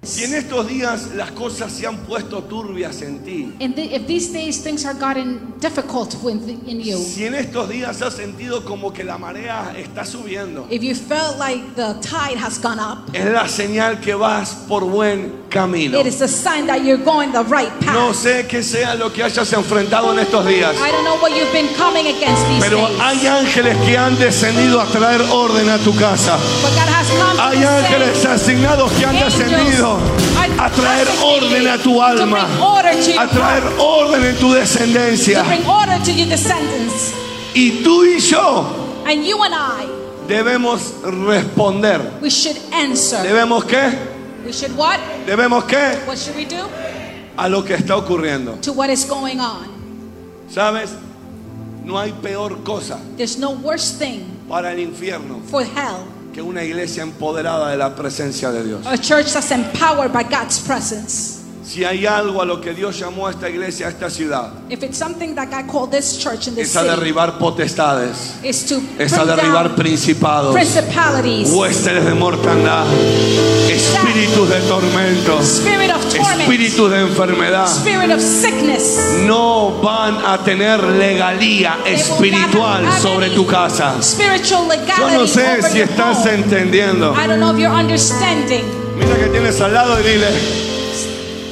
en days. estos días las cosas se han puesto turbias en ti, And the, if these days things are gotten difficult with, in you, si en estos días has sentido como que la marea está subiendo, If you felt like the tide has gone up, es la señal que vas por buen camino. it is a sign that you're going the right No path. sé qué sea lo que hayas enfrentado en estos días, I don't know what you've been coming against these pero days. hay ángeles que han descendido a traer orden a tu casa. but God has come to Hay save ángeles asignados que han angels descendido are a traer designated orden a tu to alma, bring order to your a traer heart, orden en tu to descendencia. bring order to your descendants. Y tú y yo And you and I, debemos responder. we should answer. ¿Debemos qué? We should what? ¿Debemos qué? What should we do? A lo que está ocurriendo. To what is going on. ¿Sabes? No hay peor cosa There's no worse thing para el infierno for hell. que una iglesia empoderada de la presencia de Dios. A church that's empowered by God's presence. Si hay algo a lo que Dios llamó a esta iglesia, a esta ciudad, If it's something that God called this church in this es a city, derribar potestades, is to es a bring derribar down principados, principalities, huéspedes de mortandad, espíritus de tormento, spirit of torment, espíritus de enfermedad. spirit of sickness, No van a tener legalía espiritual sobre tu casa. spiritual legality. Yo no sé over si your estás home. entendiendo. I don't know if you're understanding. Mira que tienes al lado y dile,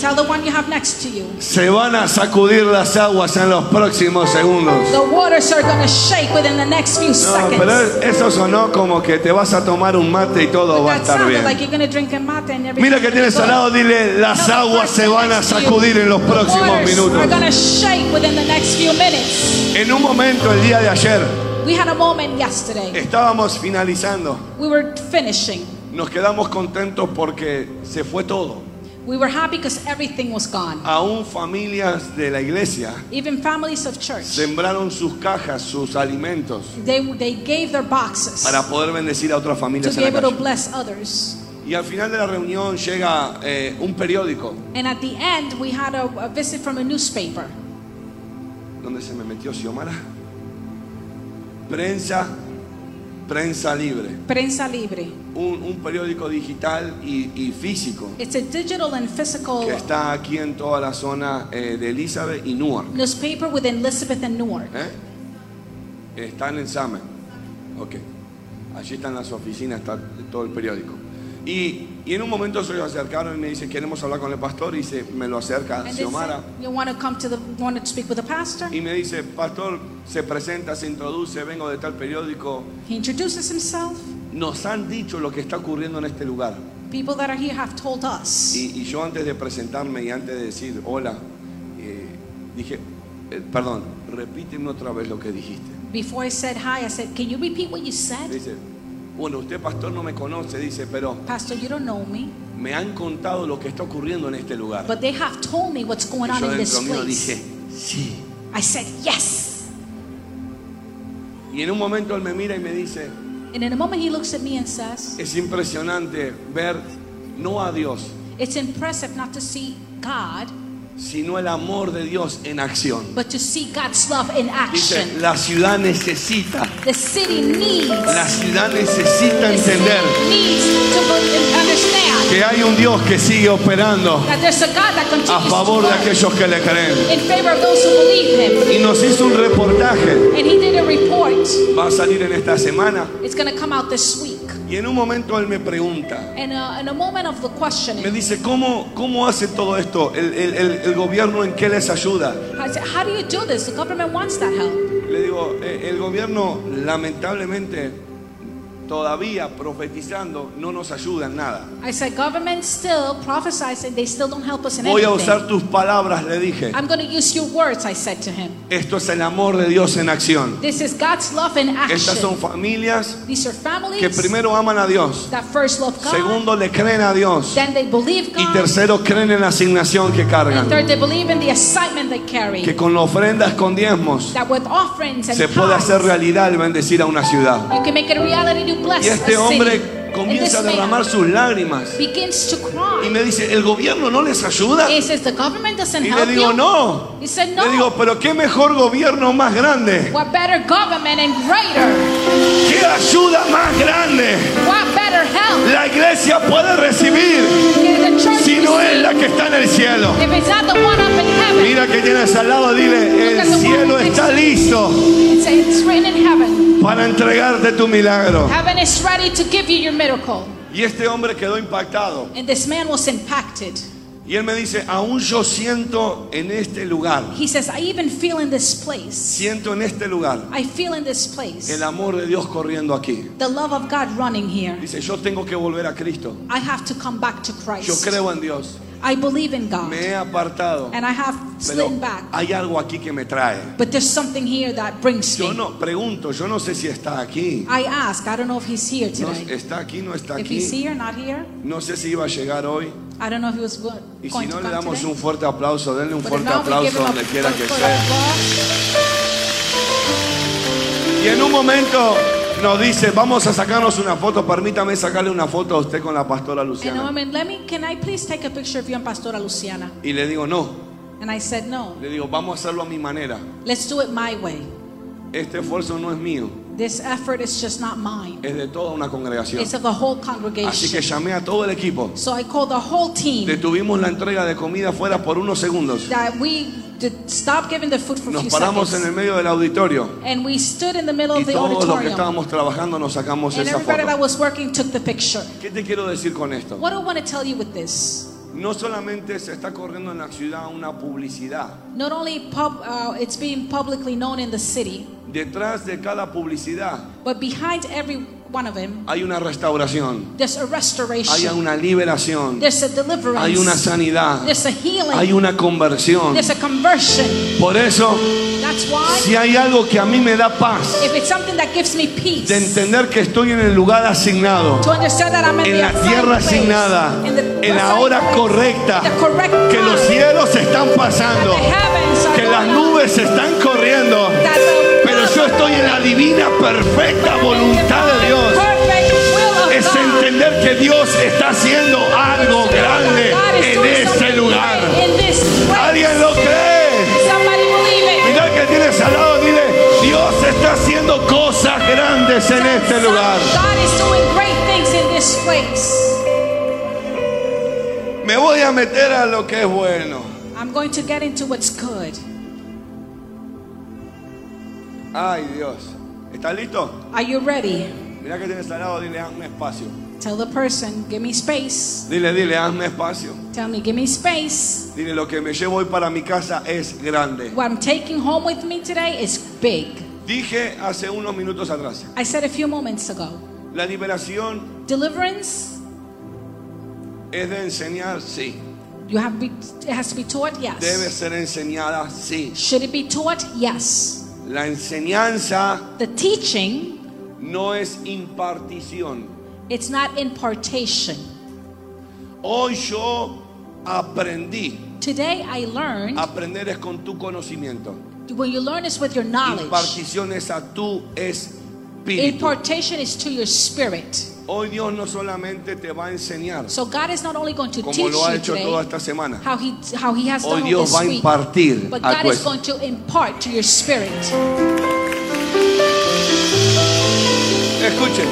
Tell the one you have next to you. se van a sacudir las aguas en los próximos segundos. The waters are going to shake within the next few No, seconds. pero eso sonó como que te vas a tomar un mate y todo va a that estar sounded bien. like you're going to drink a mate and everything. Mira que tienes al lado, dile, las aguas se van a sacudir en los próximos We're minutos. going to shake within the next few minutes. En un momento, el día de ayer, We had a moment yesterday. Eh. estábamos finalizando. We were finishing. Nos quedamos contentos porque se fue todo. We were happy because everything was gone. Aún familias de la iglesia Even families of church, sembraron sus cajas, sus alimentos. they, they gave their boxes para poder bendecir a otras to familias be en la able to calle. bless others. Y al final de la reunión llega eh, un periódico And at the end, we had a, a visit from a newspaper. donde se me metió Xiomara. Prensa, prensa libre. Prensa Libre. Un, un periódico digital y, y físico It's a digital and physical que está aquí en toda la zona eh, de Elizabeth y Newark. newspaper within Elizabeth and Newark. ¿eh? Están en Samen. Ok. Allí están las oficinas, está todo el periódico. Y, y en un momento se lo acercaron y me dicen, queremos hablar con el pastor. Y se, me lo acerca And they Xiomara. said, you want to come to the, want to speak with the pastor? Y me dice, pastor, se presenta, se introduce, vengo de tal periódico. He introduces himself. Nos han dicho lo que está ocurriendo en este lugar. People that are here have told us. Y, y yo antes de presentarme y antes de decir hola, eh, dije, eh, perdón, repíteme otra vez lo que dijiste. Before I said hi, I said, can you repeat what you Me said? dice, bueno, usted pastor no me conoce, dice, pero Pastor, you don't know me. me han contado lo que está ocurriendo en este lugar. But they have told me what's going Y on yo in dentro this mío place. dije, sí. I said, yes. Y en un momento él me mira y me dice, And in a moment, he looks at me and says, es impresionante ver no a Dios, it's impressive not to see God, sino el amor de Dios en acción. but to see God's love in Dice, Pues, action. la ciudad necesita, The city needs, la ciudad necesita the city entender needs to be- understand que hay un Dios que sigue operando that there's a God that a continues favor to de work aquellos que le creen. in favor of those who believe him. Y nos hizo un reportaje, And he did a report. va a salir en esta semana. It's going to come out this week. Y en un momento él me pregunta, And uh, in a moment of the me questioning, dice, ¿cómo, cómo hace todo esto? ¿El, el- el- el gobierno en qué les ayuda? I said, how do you do this? The government wants that help. Le digo, "Eh, el gobierno lamentablemente todavía profetizando no nos ayuda en nada. I said, government still prophesies and they still don't help us in Voy a anything. usar tus palabras, le dije. I'm going to use your words, I said to him. Esto es el amor de Dios en acción. This is God's love in action. Estas son familias These are families que primero aman a Dios, that first love God, segundo le creen a Dios then they believe y God, tercero creen en la asignación que and cargan. third, they believe in the assignment they carry. Que con ofrendas, con diezmos, that with offerings and se puede tithes, hacer realidad el bendecir a una ciudad. you can make it a reality to bless Y este a hombre city. comienza a and this man derramar sus lágrimas begins to y cry. me dice, ¿el gobierno no les ayuda? He says, the government doesn't Y le help digo, you. no. He said, no. Le digo, pero qué mejor gobierno más grande. What better government and greater? ¿Qué ayuda más grande What better help la iglesia puede recibir can the church si no Mira que está en el cielo. If it's not the one up in heaven, Mira que tienes al lado, dile, el cielo está listo it's, it's written in heaven. para entregarte tu milagro. Heaven is ready to give you your miracle. Y este hombre quedó impactado. And this man was impacted. Y él me dice, aún yo siento en este lugar, He says, I even feel in this place. siento en este lugar I feel in this place el amor de Dios corriendo aquí. the love of God running here. Dice, yo tengo que volver a Cristo. I have to come back to Yo Christ. creo en Dios. I believe in God. Me he apartado. And I have Pero slid back. hay algo aquí que me trae. But there's something here that brings Yo me. no pregunto, yo no sé si está aquí. I ask, I don't know if he's here No, today. está aquí, no está Ah, If he's aquí. here, not here. No sé si iba a llegar hoy. I don't know if he was go- Y si going no to le come damos today. un fuerte aplauso, denle un But fuerte now we give aplauso him a donde quiera que fuerte sea. aplauso. Y en un momento nos dice, vamos a sacarnos una foto. Permítame sacarle una foto a usted con la pastora And Luciana. woman, let me, can I please take a picture of you and Pastora Luciana? Y le digo, no. And I said, no, Le digo, vamos a hacerlo a mi manera. let's do it my way. Este esfuerzo no es mío, This effort is just not mine. es de toda una congregación. It's of the whole Así que congregation. llamé a todo el equipo. So I called the whole team Detuvimos la entrega de comida fuera por unos segundos. that we did stop giving the food for a Nos few paramos en seconds. el medio del auditorio And we stood in the middle y of the todos los que auditorium. estábamos trabajando nos sacamos And esa everybody that foto. was working took the picture. ¿Qué te quiero decir con esto? What do I want to tell you with this? No solamente se está corriendo en la ciudad una publicidad. Not only pub, uh, it's being publicly known in the city, Detrás de cada publicidad but behind every one of them, hay una restauración, there's a hay restoration. una liberación, There's a deliverance. hay una sanidad, There's a healing. hay una conversión. There's a conversion. Por eso, That's why, si hay algo que a mí me da paz if it's something that gives me peace, de entender que estoy en el lugar asignado, to understand that I'm in en the la right tierra place, asignada, in the en la right hora place, correcta, the correct que los time, cielos están that pasando, the heavens are que las going up, nubes están corriendo, that the pero yo estoy en la divina, perfecta voluntad de Dios. perfect will of Es God. entender que Dios está haciendo algo grande God is en doing ese something lugar. great in this place. ¿Alguien lo cree? Somebody believe it. Mira que tienes al lado, dile, Dios está haciendo cosas grandes en este lugar. God is doing great things in this place. Me voy a meter a lo que es bueno. I'm going to get into what's good. Ay Dios. ¿Estás listo? Are you ready? Mira que tienes al lado, dile, hazme espacio. Tell the person, give me space. Dile, dile, hazme espacio. Tell me, give me space. Dile, lo que me llevo hoy para mi casa es grande. What I'm taking home with me today is big. Dije hace unos minutos atrás, I said a few moments ago. la liberación Deliverance, es de enseñar, sí. you have be, it has to be taught, yes. Debe ser enseñada, sí. Should it be taught? Yes. La enseñanza The teaching, no es impartición. it's not impartation. Hoy yo aprendí. Today I learned Aprender es con tu conocimiento. when you learn is with your knowledge. Impartición es a tu espíritu. Impartation is to your spirit. Hoy Dios no solamente te va a enseñar, So God is not only going to como teach lo ha you hecho toda today esta semana. how he how he has Hoy done Dios va all a this week, impartir but a God tu is espíritu. going to impart to your spirit. Escuchen.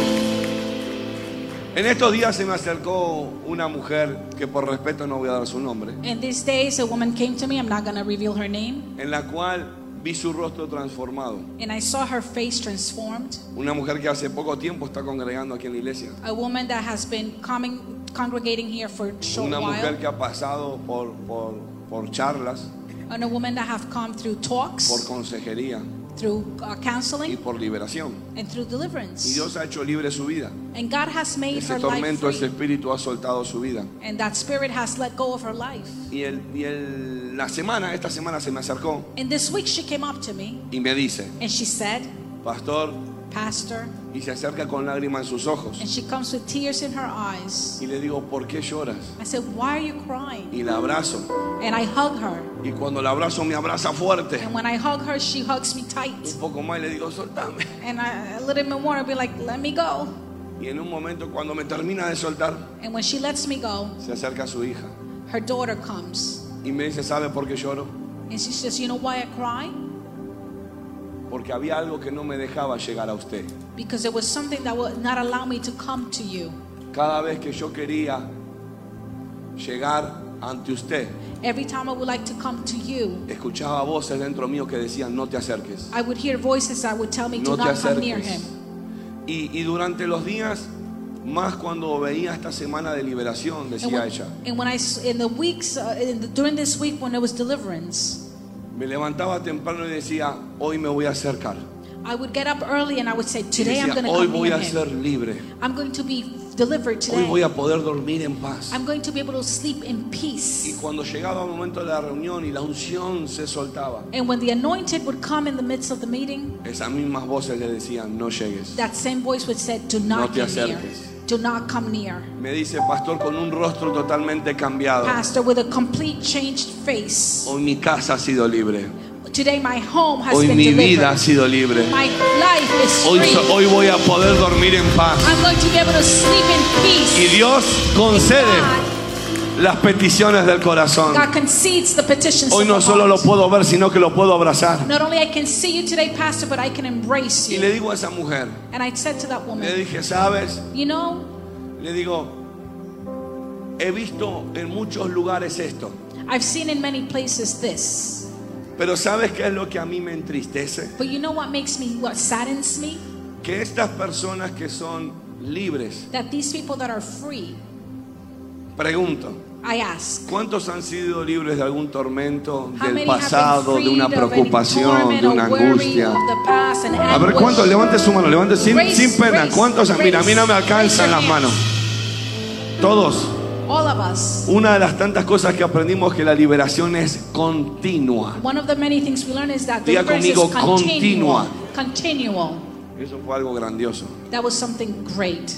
En estos días se me acercó una mujer que por respeto no voy a dar su nombre, And these days, a woman came to me. I'm not going to reveal her name. en la cual vi su rostro transformado. And I saw her face transformed. Una mujer que hace poco tiempo está congregando aquí en la iglesia. A woman that has been coming, congregating here for a short Una mujer while. que ha pasado por, por, por charlas, And a woman that have come through talks, por consejería through uh, y counseling, por liberación. and through deliverance. Y Dios ha hecho libre su vida. and God has made Ese her life tormento, free. ese espíritu ha soltado su vida. And that spirit has let go of her life. Y, el, y el- la semana, esta semana se me acercó And this week she came up to me y me dice, and she said, pastor, Pastor, y se acerca con lágrimas en sus ojos. and she comes with tears in her eyes. Y le digo, ¿por qué lloras? I said, Why are you crying? Y la abrazo. And I hug her. Y cuando la abrazo me abraza fuerte. And when I hug her, she hugs me tight. Un poco más y le digo, soltame. And I, a little bit more, I'll be like, Let me go. Y en un momento cuando me termina de soltar, And when she lets me go, se acerca su hija. her daughter comes. Y me dice, ¿sabe por qué lloro? And she says, You know why I cry? Porque había algo que no me dejaba llegar a usted. Because there was something that would not allow me to come to you. Cada vez que yo quería llegar ante usted, Every time I would like to come to you, escuchaba voces dentro mío que decían, no te acerques, I would hear voices that would tell me no to te not come near him. acerques. Y, y durante los días, más cuando veía esta semana de liberación, And decía when, ella, and when I s- in the weeks uh, in the, during this week when there was deliverance, me levantaba temprano y decía, hoy me voy a acercar. I would get up early and I would say, Y today I'm decía, going to hoy come voy near a him. ser libre, I'm going to be delivered hoy today. voy a poder dormir en paz. I'm going to be able to sleep in Y peace. cuando llegaba el momento de la reunión y la unción se soltaba, And when the anointed would come in the midst of the meeting, esas mismas voces le decían, no llegues. that same voice would say, do not te get near. acerques. Do not come near. Me dice, pastor, con un rostro totalmente cambiado, Pastor, with a complete changed face, hoy mi casa ha sido libre, today my home has hoy been mi delivered. vida ha sido libre, My life is hoy, free. so- hoy voy a poder dormir en paz. I'm going to be able to sleep in peace. Y Dios concede God, las peticiones del corazón. God concedes the petitions. Hoy of no the solo lo heart. puedo ver, sino que lo puedo abrazar. Not only I can see you today, Pastor, but I can embrace Y you. le digo a esa mujer, and I said to that le woman, dije, ¿sabes? you know, Le digo, he visto en muchos lugares esto. I've seen in many places this, Pero ¿sabes qué es lo que a mí me entristece? but you know what makes me, what saddens me, Que estas personas que son libres, that these people that are free, pregunto, I ask. ¿cuántos han sido libres de algún tormento How del many have been pasado, de freed una of any preocupación, torment de or una worry angustia? of the past and A ver, anguish? ¿cuántos? Levante su mano, levante sin, Raise, sin pena. raise, ¿Cuántos? Mira, a mí no me raise, alcanzan raise las your manos. Todos. All of us. Una de las tantas cosas que aprendimos es que la liberación es continua. One of the many things we learn is that Diga deliverance is conmigo, continual. Continual. Eso fue algo grandioso. That was something great.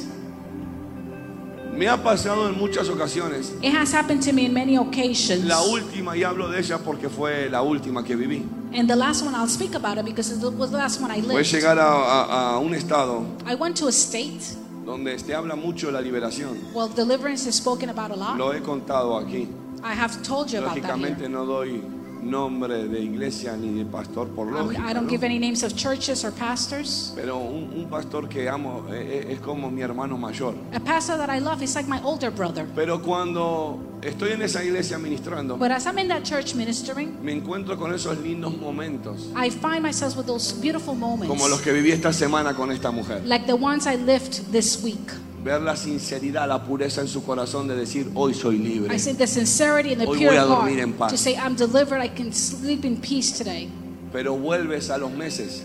Me ha pasado en muchas ocasiones. It has happened to me in many occasions. La última, y hablo de ella porque fue la última que viví, And the last one I'll speak about it because it was the last one I fue lived. llegar a, a- a un estado I went to a state. donde se habla mucho de la liberación. Well, deliverance is spoken about a lot. Lo he contado aquí. I have told you about that here. Lógicamente no doy nombre de iglesia ni de pastor por I mean, lógica. I don't ¿no? give any names of churches or pastors. Pero un, un pastor que amo eh, eh, es como mi hermano mayor. A pastor that I love is like my older brother. Pero cuando estoy en esa iglesia ministrando, But as I'm in that church ministering, me encuentro con esos lindos momentos, I find myself with those beautiful moments, como los que viví esta semana con esta mujer. like the ones I lived this week. Ver la sinceridad, la pureza en su corazón de decir, hoy soy libre. I said the sincerity and the Hoy pure voy a heart dormir en paz. to say I'm delivered. I can sleep in peace today. Pero vuelves a los meses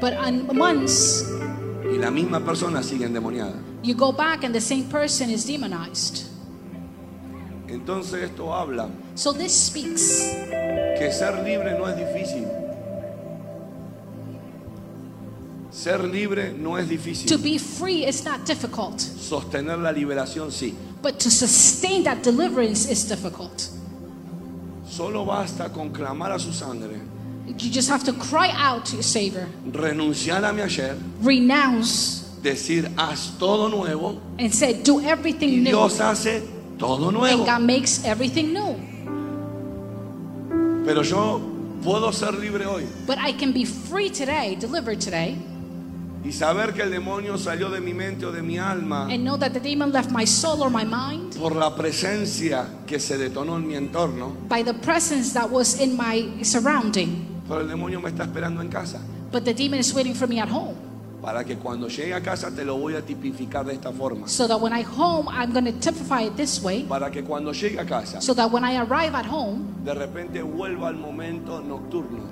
But on months, y la misma persona sigue endemoniada. you go back and the same person is demonized. Entonces esto habla So this speaks que ser libre no es difícil. Ser libre no es to difícil. be free is not difficult, Sostener la liberación sí. but to sustain that deliverance is difficult. Solo basta con clamar a su sangre, You just have to cry out to your Savior, renunciar a mi ayer, renounce, decir haz todo nuevo and say, Do y everything new. Dios hace todo nuevo. And God makes everything new. Pero yo puedo ser libre hoy But I can be free today, delivered today, y saber que el demonio salió de mi mente o de mi alma and know that the demon left my soul or my mind por la presencia que se detonó en mi entorno, by the presence that was in my surrounding. pero el demonio me está esperando en casa. But the demon is waiting for me at home. Para que cuando llegue a casa te lo voy a tipificar de esta forma. So that when I home, I'm going to typify it this way. Para que cuando llegue a casa, So that when I arrive at home, de repente vuelva al momento nocturno.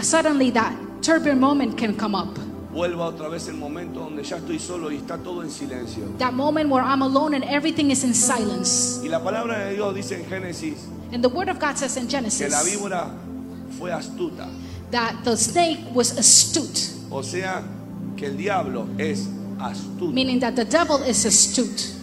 suddenly that turbulent moment can come up. Vuelva otra vez el momento donde ya estoy solo y está todo en silencio. That moment where I'm alone and everything is in silence. Y la palabra de Dios dice en Génesis And the word of God says in que la Genesis víbora fue astuta. that the snake was astute, O sea, que el diablo es astuto. meaning that the devil is astute.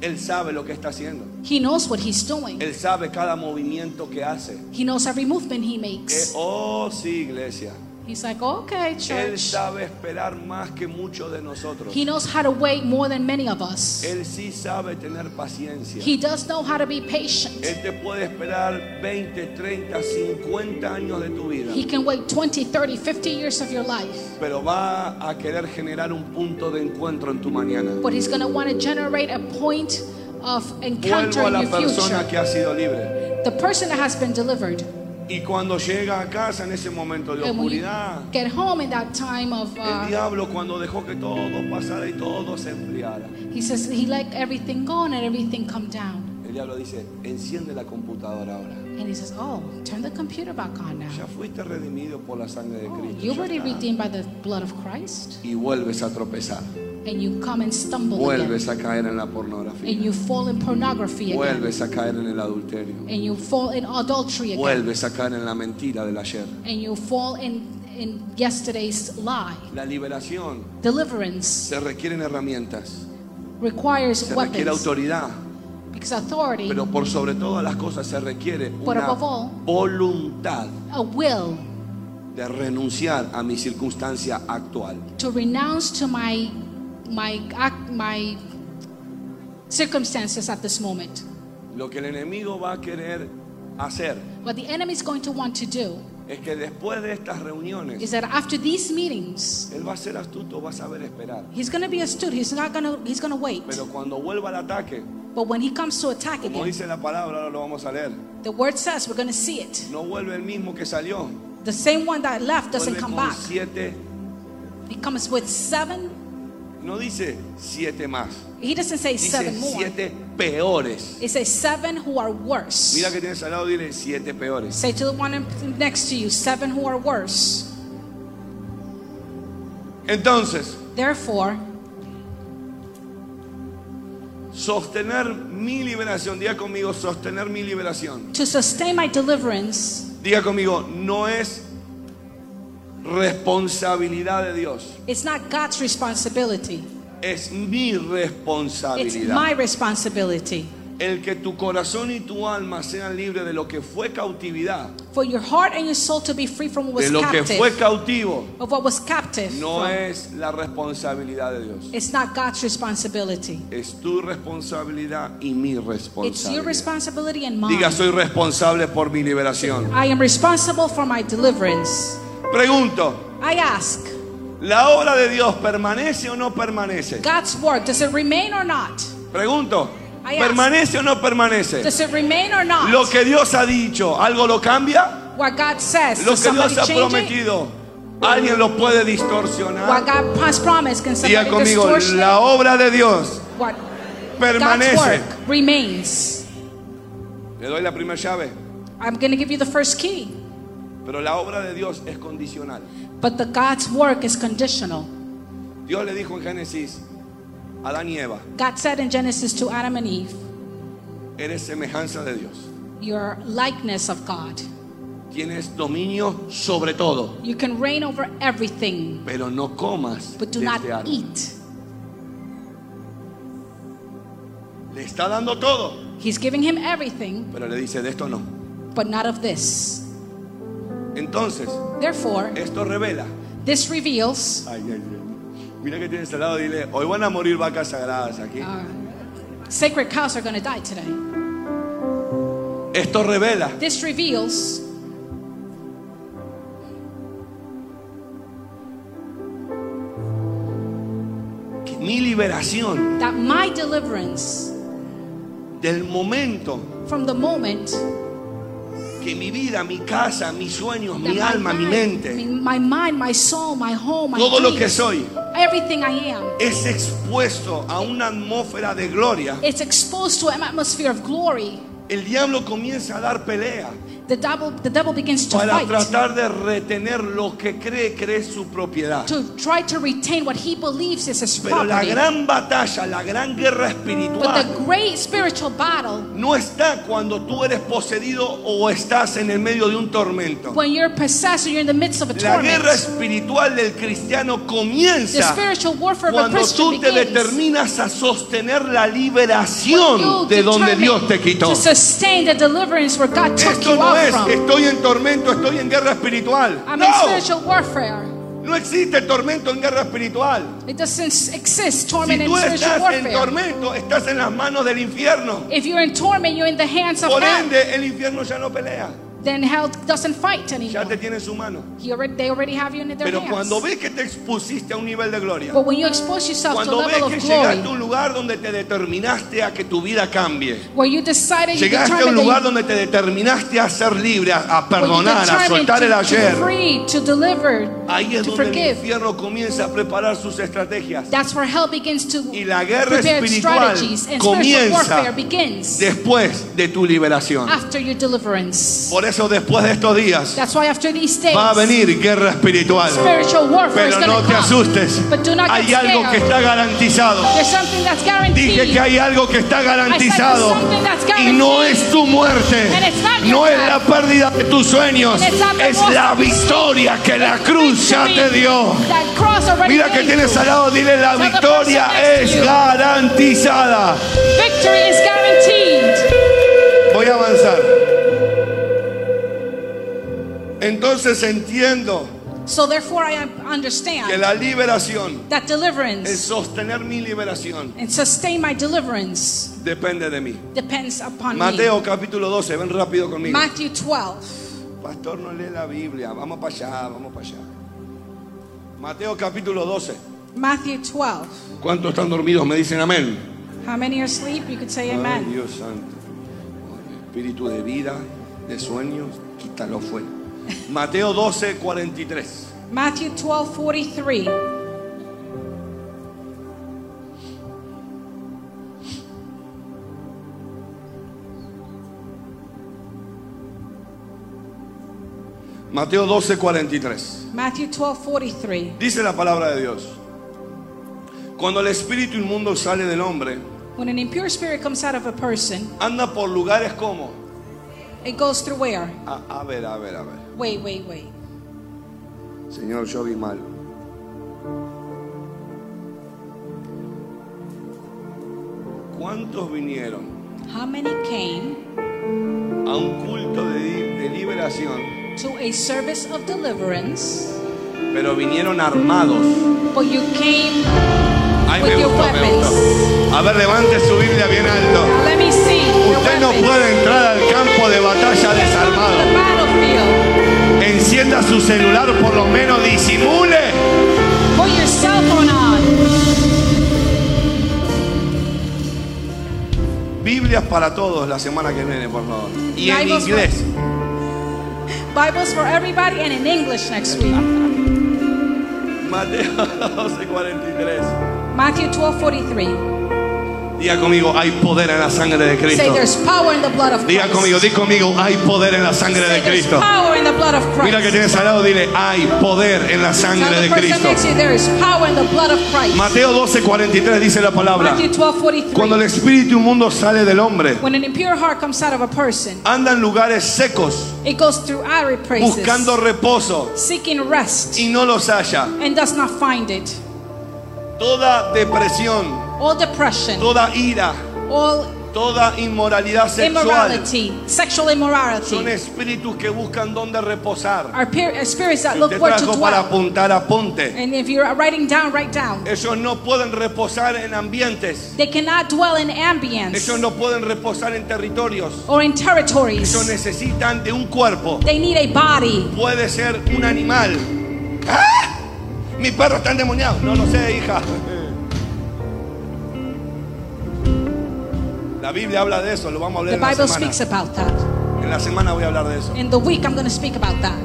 Él sabe lo que está haciendo. He knows what he's doing. Él sabe cada movimiento que hace. He knows every movement he Eh, makes. oh, sí, iglesia. He's like, okay, Él church. sabe esperar más que muchos de nosotros. He knows how to wait more than many of us. Él sí sabe tener paciencia. He does know how to be patient. Él te puede esperar 20, 30, 50 años de tu vida. He can wait 20, 30, 50 years of your life. Pero va a querer generar un punto de encuentro en tu mañana. But he's going to want to generate a point of Vuelvo encounter a in la your future. persona que ha sido libre. the person that has been delivered. Y cuando llega a casa en ese momento de And when you oscuridad, get home in that time of, el uh, diablo cuando dejó que todo pasara y todo se enfriara, he says he let everything go and let everything come down. el diablo dice, enciende la computadora ahora. And he says, Oh, turn the computer back on Ya now. fuiste redimido por la sangre de Oh, Cristo. you ya were está. redeemed by the blood of Christ. Y vuelves a tropezar, And you come and stumble again. vuelves a caer en la pornografía, And you fall in pornography again. vuelves a caer en el adulterio, And you fall in adultery again. vuelves a caer en la mentira del ayer. And you fall in, in yesterday's lie. La liberación Deliverance se requieren herramientas, requires se requiere weapons. autoridad, Because authority, pero por sobre todas las cosas se requiere But una above all- voluntad a will de renunciar a mi circunstancia actual. to renounce to my my ac- my circumstances at this moment. Lo que el enemigo va a querer hacer What the enemy is going to want to do es que después de estas reuniones, is that after these meetings, él va a ser astuto, va a saber esperar. he's going to be astute. He's not going to. He's going to wait. Pero cuando vuelva al ataque, But when he comes to attack como again, dice la palabra, ahora lo vamos a leer, the word says we're going to see it. no vuelve el mismo que salió, The same one that left doesn't vuelve come con back. siete, He comes with seven. no dice siete más, He doesn't say dice seven more. siete peores. He says seven who are Mira worse. que tienes al lado, dile siete peores. Say to the one in- next to you, seven who are worse. Entonces, Therefore, sostener mi liberación, diga conmigo, sostener mi liberación. to sustain my deliverance Diga conmigo, no es responsabilidad de Dios, it's not God's responsibility. es mi It's responsabilidad. my responsibility. El que tu corazón y tu alma sean libres de lo que fue cautividad, For your heart and your soul to be free from what de lo was que fue captive, cautivo, of what was captive, no from- es la responsabilidad de Dios. it's not God's responsibility. Es tu responsabilidad y mi It's your responsabilidad. responsibility and mine. Diga, soy responsable por mi liberación. I am responsible for my deliverance. Pregunto, I ask, ¿la obra de Dios permanece o no permanece? God's work, does it remain or not? Pregunto, I ask. ¿permanece o no permanece? Does it remain or not? Lo que Dios ha dicho, ¿algo lo cambia? what God says, Lo does que somebody Dios ha change it? prometido, ¿alguien lo puede What distorsionar? God has promised, can Diga somebody conmigo, distortion la it? obra de Dios What God's permanece. work remains. Le doy la primera llave, I'm going to give you the first key. pero la obra de Dios es condicional. But the God's work is conditional. Dios le dijo en Génesis a Adán y Eva, God said in Genesis to Adam and Eve, eres semejanza de Dios, Your likeness of God. tienes dominio sobre todo, You can reign over everything, pero no comas but do de not este árbol". eat. Le está dando todo, He's giving him everything, pero le dice, de esto no. but not of this. Entonces, Therefore, esto revela this reveals Ay, ay, ay. Mira que tienes al lado, dile, hoy van a morir vacas sagradas aquí. uh, sacred cows are going to die today. Esto revela This reveals que mi liberación that my deliverance del momento from the moment que mi vida, mi casa, mis sueños, that mi alma, my, mi mind, mente, my, my mind, my soul, my home, my todo lo que dreams, soy, everything I am es expuesto a una atmósfera de gloria, It's exposed to an atmosphere of glory. el diablo comienza a dar pelea The devil, the devil begins to para fight tratar de retener lo que cree que es su propiedad. to try to retain what he believes is his Pero la property. gran batalla, la gran guerra But the espiritual great spiritual battle, no está cuando tú eres poseído o estás en el medio de un tormento. when you're possessed or you're in the midst of a La guerra torment, espiritual del cristiano the comienza spiritual warfare of a cuando Christian tú te begins. determinas a sostener la when liberación you de donde determine Dios te quitó. To sustain the deliverance where God took Esto you no out es from. estoy en tormento, estoy en guerra espiritual. I'm in No, spiritual warfare. no existe tormento en guerra espiritual. It doesn't exist, Si torment and tú estás spiritual en warfare. tormento, estás en las manos del infierno. If you're in torment, you're in the hands of Por God. ende, el infierno ya no pelea. then hell doesn't fight Ya te anymore. tiene en su mano. He already, they already have you in their Pero hands. cuando ves que te expusiste a un nivel de gloria, But when you expose yourself to a cuando ves level que of llegaste a glory, un lugar donde te determinaste a que tu vida cambie, where you decided you llegaste a un determined that lugar you- donde te determinaste a ser libre, a, a when you perdonar, a determined soltar to, el to ayer, free, to deliver, ahí es to donde el forgive. infierno comienza a preparar sus estrategias. That's where hell begins to Y la guerra prepare espiritual strategies and comienza spiritual warfare begins Después de tu liberación. after your deliverance. Por eso después de estos días That's why after these days, va a venir guerra espiritual. spiritual warfare is gonna Pero no te come. asustes. But do not get Hay algo que scared. está garantizado. There's something that's guaranteed. Dije que hay algo que está garantizado something that's y guaranteed. no es tu muerte, And it's not your no es death. la pérdida de tus sueños, And it's not the es loss la of your victoria que la It's cruz ya victory te dio. That cross already Mira que gave tienes you. al lado, dile la Tell the person victoria next to es you. garantizada. Victory is guaranteed. Voy a avanzar. Entonces entiendo So therefore I que understand la liberación, that el deliverance sostener mi liberación, and sustain my deliverance depende de mí. depends upon me. Mateo capítulo 12, ven rápido conmigo. Matthew 12. Pastor no lee la Biblia, vamos para allá, vamos para allá. Mateo capítulo 12. Matthew 12. ¿Cuántos están dormidos? Me dicen amén. How many are asleep? You could say Ay, amen. Dios santo. Espíritu de vida, de sueños, quítalo fuera. Mateo 12, 43. Matthew 12, 43. Mateo 12, 43. Matthew 12, 43. Dice la palabra de Dios. Cuando el espíritu inmundo sale del hombre, When an impure spirit comes out of a person, anda por lugares como... it goes through where? A, a ver, a ver, a ver. Wait, wait, wait. Señor, yo vi mal. ¿Cuántos vinieron How many came a un culto de, li- de liberación, to a service of deliverance, pero vinieron armados? but you came? Ay, With me your gustó, me weapons. gustó. A ver, levante su Biblia bien alto. Let me see. Your Usted no weapons. puede entrar al campo de batalla Get on the desarmado. battlefield. Encienda su celular, por lo menos disimule. Put your cell phone on. Biblias para todos la semana que viene, por favor. Y en Bibles for- inglés. Bibles for everybody and in English next week. Mateo 12:43. Matthew 12:43. Diga conmigo, hay poder en la sangre de Say Cristo. there's power in the blood of Diga Christ. conmigo, di conmigo, hay poder en la sangre Say de there's Cristo. power in the blood of Christ. Mira que tienes al lado, dile, hay poder en la Tell sangre the de person Cristo. next to you there is power in the blood of Christ. Mateo 12:43 dice la palabra. Matthew 12:43. Cuando el espíritu inmundo sale del hombre, When an impure heart comes out of a person, anda en lugares secos, it goes through airy places, buscando reposo seeking rest, y no los halla. and does not find it. Toda depresión, All depression, toda ira, all toda inmoralidad sexual immorality, sexual son immorality, espíritus que buscan dónde reposar. are pe- are spirits that Si look usted where to trajo para dwell. apuntar, apunte. And if you're writing down, write down. Ellos no pueden reposar en ambientes. They cannot dwell in ambience Ellos no pueden reposar en territorios. or in Ellos territories. necesitan de un cuerpo. They need a body. Puede ser un animal. ¡Ah! Mi perro está endemoniado. No lo sé, hija. La Biblia habla de eso, lo vamos a hablar The en la Bible semana. speaks about that. En la semana voy a hablar de eso. In the week, I'm going to speak about that.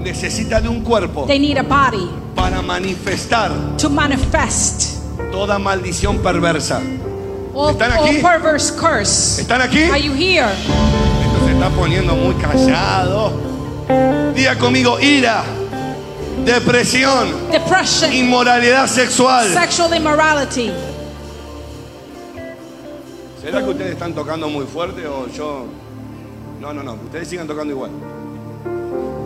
Necesita de un cuerpo They need a body para manifestar to manifest toda maldición perversa. all, ¿Están all aquí? perverse curse. ¿Están aquí? Are you here? Esto se está poniendo muy callado. Diga conmigo, ira, depresión, Depression, inmoralidad sexual. sexual immorality. ¿Será que ustedes están tocando muy fuerte o yo? No, no, no, ustedes sigan tocando igual.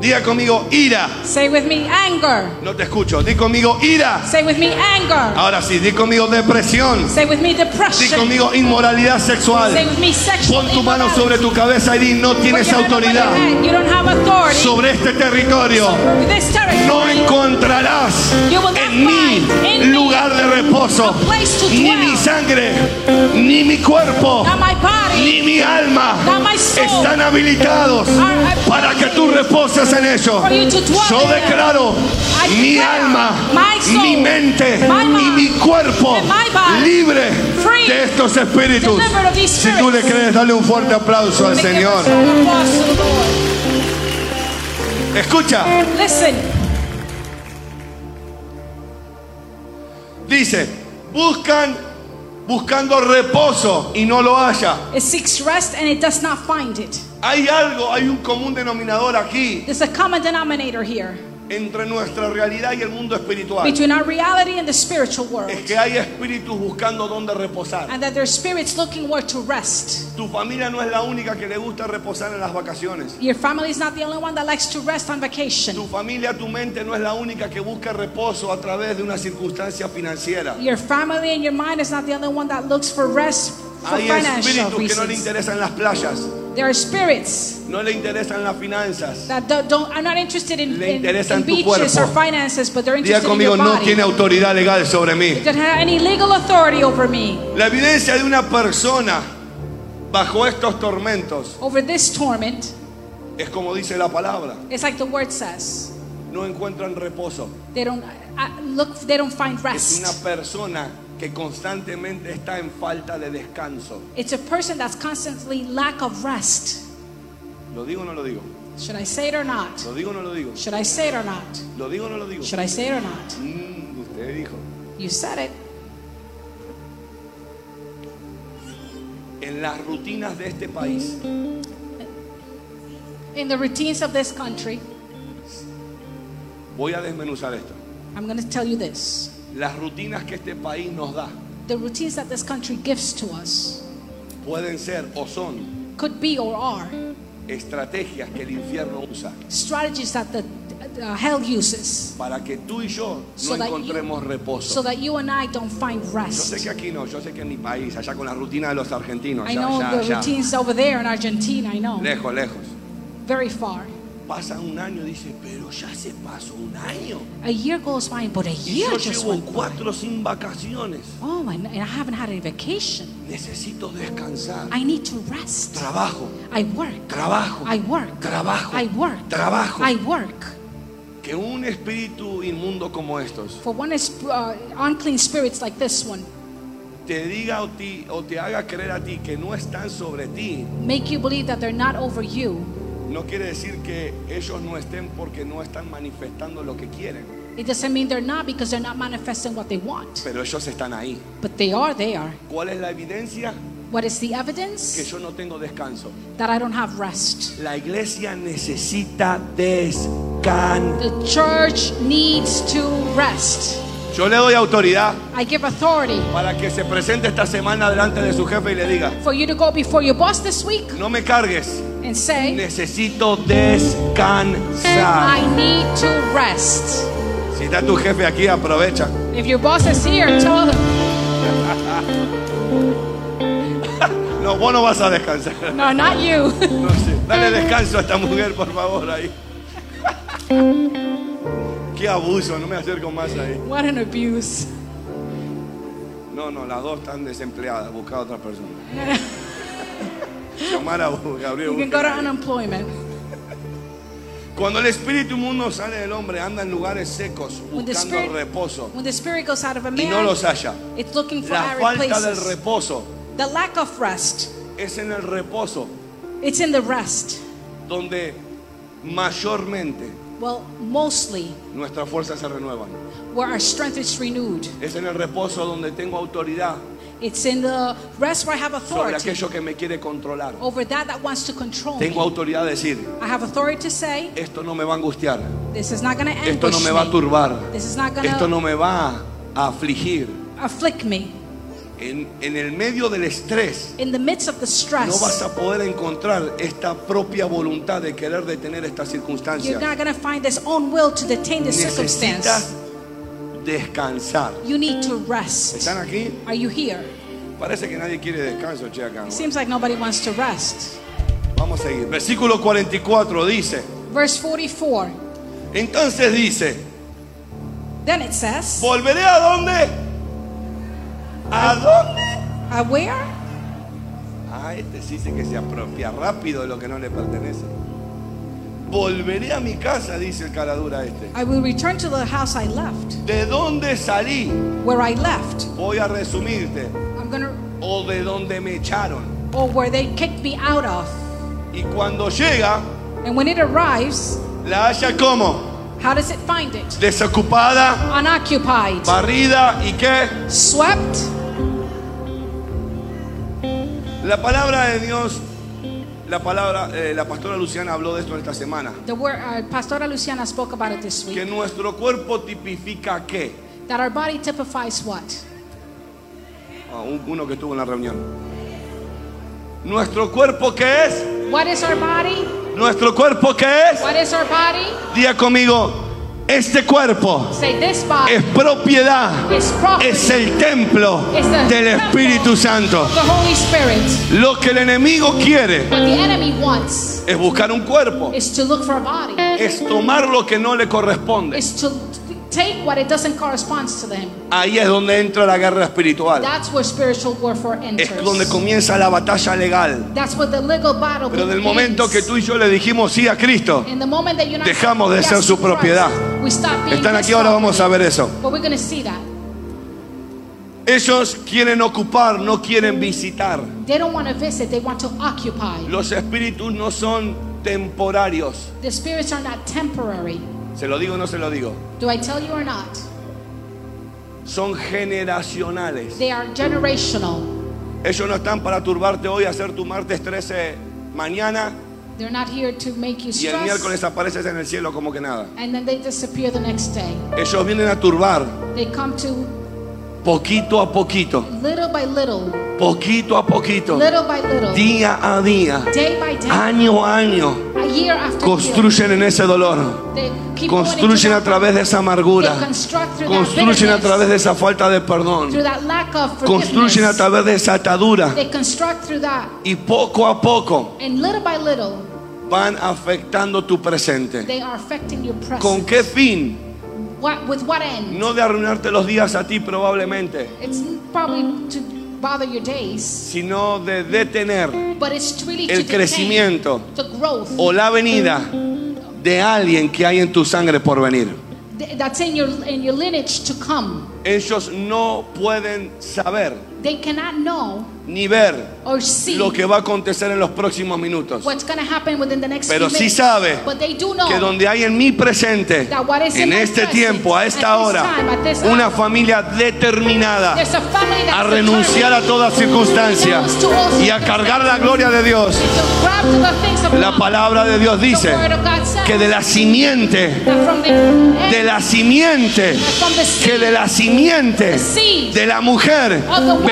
Diga conmigo, ira. Say with me, anger. No te escucho. Di conmigo, ira. Say with me, anger. Ahora sí, di conmigo, depresión. Say with me, Di depression. conmigo, inmoralidad Say sexual. with me, sexual Pon tu mano sobre immorality. tu cabeza y di, no Put tienes your hand over your autoridad head. You don't have authority. sobre este territorio. With this territory, No encontrarás You will not en mí find in me lugar de reposo, a place to ni dwell. mi sangre, ni mi cuerpo, not my body, ni mi alma Not my soul. están están habilitados para que tú reposes en ellos. For you to dwell Yo there. declaro I mi declare alma, my soul, mi mente my y mind, mi cuerpo and my body libre free, de estos espíritus. delivered of these Si tú le spirits. crees, dale un fuerte aplauso al Make it Señor. a applause to the Lord. Escucha, Listen, dice, buscan buscando reposo y no lo haya. it seeks rest and it does not find it. Hay algo, hay un común denominador aquí There's a common denominator here entre nuestra realidad y el mundo espiritual. between our reality and the spiritual world, Es que hay espíritus buscando dónde reposar. and that there's spirits looking where to rest. Tu familia no es la única que le gusta reposar en las vacaciones. Your family is not the only one that likes to rest on vacation. Tu familia, tu mente no es la única que busca reposo a través de una circunstancia financiera. Your family and your mind is not the only one that looks for rest for Hay financial espíritus que no le reasons. interesan las playas, There are spirits no le interesan las finanzas. that don't, don't are not interested in, Le in- in interesan tu beaches cuerpo. or finances, but they're Diga interested in conmigo, your no body. tiene autoridad legal sobre mí. Don't have any legal authority over me, La evidencia de una persona bajo estos tormentos over this torment. es como dice la palabra, It's like the word says, no encuentran reposo. they don't uh, look, they don't find Es una rest. persona que constantemente está en falta de descanso. It's a person that's constantly lack of rest. ¿Lo digo o no lo digo? Should I say it or not? ¿Lo digo o no lo digo? Should I say it or not? ¿Lo digo o no lo digo? Should I say it or not? Mm, usted dijo. You said it. En las rutinas de este país In the routines of this country, voy a desmenuzar esto. I'm going to tell you this. Las rutinas que este país nos da The routines that this country gives to us pueden ser o son could be or are estrategias que el infierno usa strategies that the uh, hell uses para que tú y yo So no that you- encontremos so reposo. that you and I don't find Yo sé rest. que aquí no, yo sé que en mi país, allá con la rutina de los argentinos, I allá, know allá, the allá, routines over there in Argentina, I know. lejos, lejos. Very far. Pasa un año, dice, pero ya se pasó un año. A year goes by, but a Y year yo just llevo went by. cuatro sin vacaciones. Oh, and, and I haven't had any vacation. Necesito descansar. I need to rest. Trabajo, I work. trabajo, I work. Trabajo. I work. Trabajo. I work. Que un espíritu inmundo como estos For one is uh, unclean spirits like this one te diga o, ti- o te haga creer a ti que no están sobre ti, make you believe that they're not over you. no quiere decir que ellos no estén porque no están manifestando lo que quieren, It doesn't mean they're not because they're not manifesting what they want. pero ellos están ahí. But they are, they are. ¿Cuál es la evidencia? What is the Que evidence? yo no tengo descanso. That I don't have rest. La iglesia necesita The descanso. church needs to rest. Yo le doy autoridad I give authority para que se presente esta semana delante de su jefe y le diga, for you to go before your boss this week no me cargues, and say, necesito descansar. I need to rest. Si está tu jefe aquí, aprovecha. If your boss is here, tell him, No, vos no vas a descansar. no, not you. No sé. Dale descanso a esta mujer, por favor, ahí. Qué abuso, no me acerco más ahí. what an abuse. No, no, las dos están desempleadas, busca a otra persona. Xiomara, bu- Gabriel. You can busca go to ahí. unemployment. Cuando el espíritu inmundo sale del hombre, anda en lugares secos When the buscando spirit, reposo when the spirit goes out of a y man, no los halla. it's looking for La arid falta del places. reposo The lack of rest, es en el reposo it's in the rest. donde mayormente Well, mostly nuestras fuerzas se renuevan. where our strength is renewed. Es en el reposo donde tengo autoridad It's in the rest where I have sobre authority aquello que me quiere controlar. over that that wants to control Tengo me. autoridad de decir, I have authority to say, esto no me va a angustiar, this is not going to esto no ambush me va a me. turbar, Eh, pues This is not going esto to no me va a afligir. afflict me. En, en el medio del estrés, In the midst of the no vas stress, a poder encontrar esta propia voluntad de querer detener esta you're circunstancia. not going to find this own will to detain the Necesitas circumstance. descansar. You need to rest. ¿Están aquí? Are you here? Parece que nadie quiere descanso, che, acá. It seems like nobody wants to rest. Vamos a seguir. Versículo 44 dice, Verse 44. entonces dice, Then it says, ¿volveré a dónde? ¿A dónde? "Uh, where? a este sí dice que se apropia rápido de lo que no le pertenece. Volveré a mi casa, dice el caradura este. I will return to the house I left, ¿De dónde salí? where I left. Voy a resumirte. I'm gonna, O de dónde me echaron. or where they kicked me out of. Y cuando llega, And when it arrives, la haya como how does it find it? desocupada, Unoccupied, barrida y qué. swept. La palabra de Dios, la palabra, eh, la pastora Luciana habló de esto esta semana. The word uh, Pastora Luciana spoke about it this Que week. nuestro cuerpo tipifica qué. That our body typifies what? Ah, un- uno que estuvo en la reunión. Nuestro cuerpo qué es. What is our body? Nuestro cuerpo qué es. What is our body? Día conmigo. Este cuerpo Say this body es propiedad. is property Es el templo It's the del Espíritu Santo. of the Holy Spirit. Lo que el enemigo quiere What the enemy wants es buscar un cuerpo, is to look for a body, es tomar lo que no le corresponde. is to take what it doesn't correspond to them. Ahí es donde entra la guerra espiritual. That's where spiritual warfare enters. Es donde comienza la batalla legal. That's what the legal battle Pero del begins. momento que tú y yo le dijimos sí a Cristo, In the moment that you're not Dejamos de yes ser to su Christ, propiedad. we stop being están his aquí ahora, vamos a property. ver eso. But we're going to see that. Ellos quieren ocupar, no quieren visitar. They don't want to visit, they want to occupy. Los espíritus no son temporarios. The spirits are not temporary. Se lo digo o no se lo digo. Do I tell you or not? Son generacionales. They are generational. Ellos no están para turbarte hoy, hacer tu martes 13 mañana They're not here to make you y el miércoles stress apareces en el cielo como que nada. and then they disappear the next day. Ellos vienen a turbar They come to poquito a poquito, little by little, poquito a poquito, little by little, día a día, day by day, año a año. a year after year. Construyen en ese dolor, They keep going into construyen a that- través de esa amargura, They construct through that construyen a bitterness, través de esa falta de perdón, through that lack of construyen a forgiveness. través de esa atadura They construct through that. y poco a poco And little by little, van afectando tu presente. they are affecting your ¿Con present. qué fin? What, with what end? No de arruinarte los días a ti probablemente, It's probably to bother your days, sino de detener but it's really el to detain crecimiento the growth o la venida de alguien que hay en tu sangre por venir. th- that's in your in your lineage to come. Ellos no pueden saber They cannot know ni ver or see lo que va a acontecer en los próximos minutos. what's going to happen within the next Pero few sí minutes. sabe but they do know Que donde hay en mi presente, that what is in en my este present, tiempo, a at esta this hora, time, at this una hour, familia determinada there's a family that's a renunciar a determined toda circunstancia y a cargar la gloria de Dios. to grab to the things of La God. palabra de Dios The dice word of God says que de la simiente that from the de la simiente, from the seed, que de la simiente de la mujer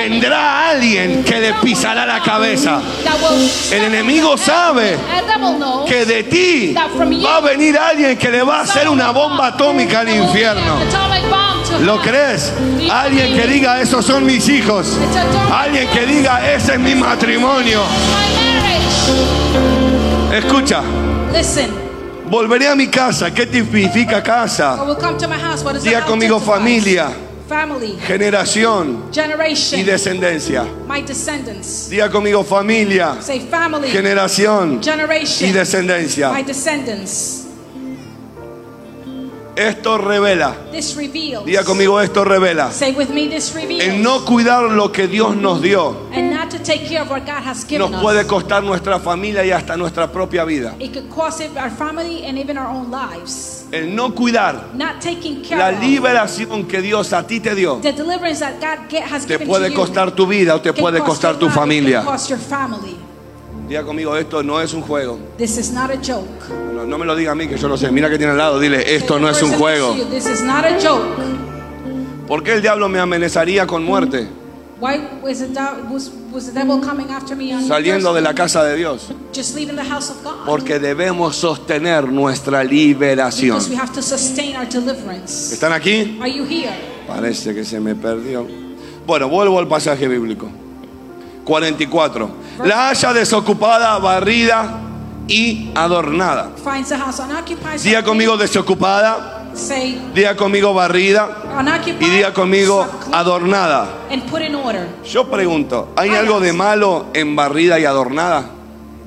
vendrá alguien que le pisará la cabeza. that will El enemigo sabe And that will know Que de ti va a venir alguien que le va a hacer una bomba atómica al infierno. ¿Lo crees? Alguien que diga, esos son mis hijos. Alguien que diga, ese es mi matrimonio. My marriage. Escucha, Listen, volveré a mi casa. ¿Qué significa I casa? will come to my house. What is Diga that conmigo, identifies? familia, Family, generación y generation, descendencia. my descendants. Diga conmigo familia, Say family, generación y generation, my descendencia. descendants. Esto revela, This reveals. diga conmigo, esto revela. Say with me, this reveals. El no cuidar lo que Dios nos dio and not to take care of what God has given nos puede us. costar nuestra familia y hasta nuestra propia vida. It could cost it our family and even our own lives. El no cuidar Not taking care la of liberación que Dios a ti te dio the deliverance that God get, has te given to puede you. costar tu vida o te Can puede cost costar tu your life, familia. can cost your family. Diga conmigo, esto no es un juego. This is not a joke. No, no me lo diga a mí que yo lo sé. Mira que tiene al lado, dile, esto no es un juego. This is not a joke. ¿Por qué el diablo me amenazaría con muerte Why was the, dev- was, was the devil coming after me on saliendo de the la casa de Dios? just leaving the house of God? Porque debemos sostener nuestra because we liberación. have to sustain our deliverance. ¿Están aquí? Are you here? Parece que se me perdió. Bueno, vuelvo al pasaje bíblico. 44. La haya desocupada, barrida y adornada. Finds the house unoccupied. Siga conmigo desocupada, Say, Diga conmigo barrida y unoccupied, diga conmigo subclean, adornada. and put in order. Yo pregunto, ¿hay algo de malo en barrida y adornada?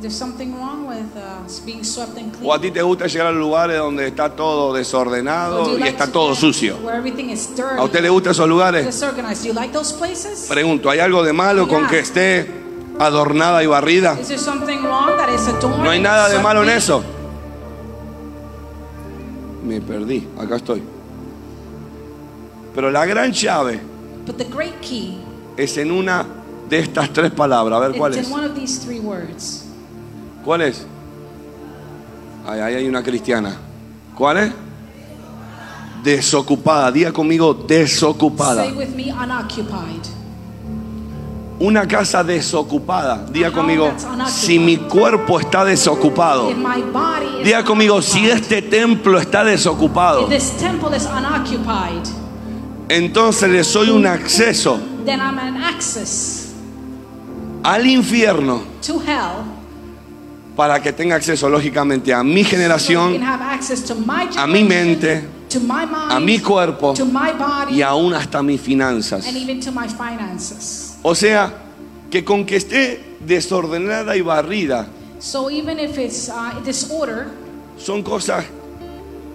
There's something wrong with uh, being swept and clean. ¿O a ti te gusta llegar a lugares donde está todo Or do desordenado you y like está to todo get sucio? Where everything is dirty, ¿A usted le gustan esos lugares? disorganized. Do you like those places? Pregunto, ¿hay algo de malo con que esté adornada y barrida? Is there something wrong that is adorned? No hay nada de swept malo en clean? eso. Me perdí, acá estoy. Pero la gran llave But the great key es en una de estas tres palabras. A ver cuál is es. in one of these three words. ¿Cuál es? Ay, ahí hay una cristiana. ¿Cuál es? Desocupada. Diga conmigo desocupada. Say with me, unoccupied. Una casa desocupada. Diga Una conmigo, casa unoccupada. si mi cuerpo está desocupado. If my body is Diga conmigo, si unoccupied, este templo está desocupado, if this temple is unoccupied, entonces le soy un acceso then I'm an access al infierno to hell. para que tenga acceso lógicamente a mi so you can generación, have access to my a mi generation, mente, to my mind, a mi cuerpo to my body, y aún hasta mis finanzas. and even to my finances. O sea, que con que esté desordenada y barrida, So even if it's uh, disorder, son cosas,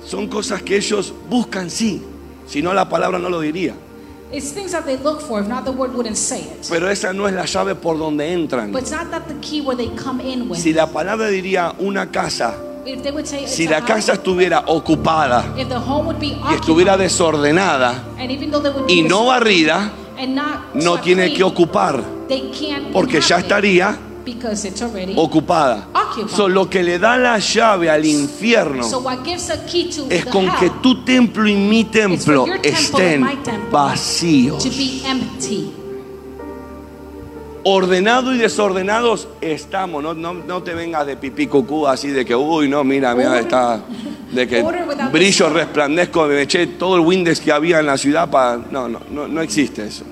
son cosas que ellos buscan sí. Si no, la palabra no lo diría. it's things that they look for. If not, the word wouldn't say it. Pero esa no es la llave por donde entran. But it's not that the key where they come in with. Si la palabra diría una casa, if they would say, it's si a la house, casa estuviera ocupada if the home would be y estuviera occupied, desordenada and even though they would y be no barrida, and not no swept tiene clean, que ocupar they can't porque ya inhabit it estaría because it's already ocupada. So, lo que le da la llave al infierno So what gives a key to es the con hell que tu templo y mi templo estén vacíos. to be empty. Ordenado y desordenados estamos. No, no, no te vengas de pipí cucú así de que, uy, no, mira, mira, Order- está. De que Order without brillo, disorder. resplandezco, me eché todo el Windex que había en la ciudad para. No, no, no, no existe eso.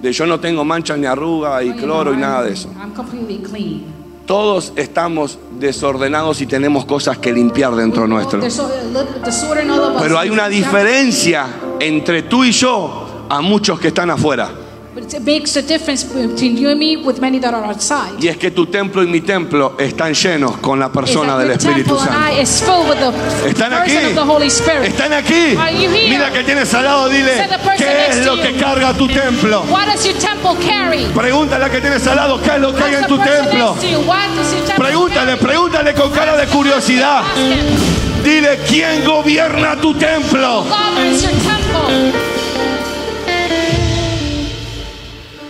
De yo no tengo manchas ni arrugas y You know, cloro y I'm- nada de eso. I'm completely clean. Todos estamos desordenados y tenemos cosas que limpiar dentro nuestro. There's so- a little disorder in all of us. Pero hay una It's not- diferencia entre tú y yo a muchos que están afuera. But it makes a difference between you and me with many that are outside. Y es que tu templo y mi templo están llenos con la Is persona that del the Espíritu temple and Santo. I is filled with the Están person aquí. of the Holy Spirit. Están aquí. Are you here? Mira que tienes al lado, dile, Said the person ¿qué next es to lo you. que carga tu templo? What does your temple carry? Pregúntale a que tienes al lado, ¿qué es lo que hay en Ask the tu person templo? next to you, what does your temple Pregúntale, carry? pregúntale con cara de curiosidad. Ask him, Dile, ¿quién gobierna tu templo? God is your temple.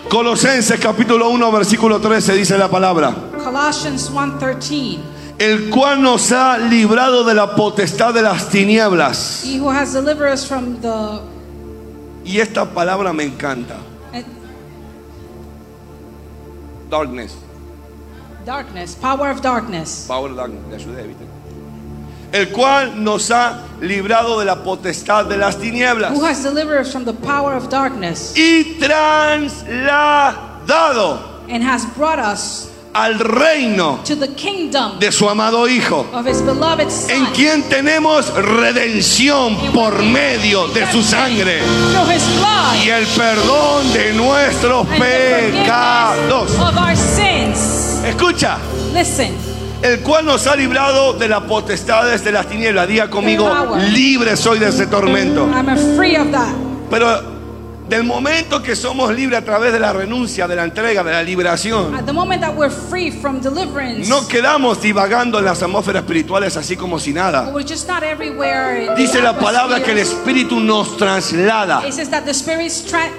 Colosenses capítulo 1, versículo 13 dice la palabra. Colossians 1:13. El cual nos ha librado de la potestad de las tinieblas. He who has delivered us from the Y esta palabra me encanta. eh, Darkness. darkness, power of darkness. Power Dunk, le ayudé, ¿viste? El cual nos ha librado de la potestad de las tinieblas Who has delivered us from the power of darkness y trasladado and has brought us al reino to the kingdom de su amado Hijo, of his beloved en Son. quien tenemos redención por medio de su sangre Through his y blood el perdón de nuestros and the pecados. forgiveness of our sins. Escucha, Listen, el cual nos ha librado de las potestades de las tinieblas. Diga conmigo, libre soy de ese tormento. I'm free of that. Pero del momento que somos libres a través de la renuncia, de la entrega, de la liberación, At the moment that we're free from deliverance, no quedamos divagando en las atmósferas espirituales así como si nada. we're just not everywhere. in the Dice la palabra que el atmosphere. Espíritu nos traslada. It says that the Spirit tra-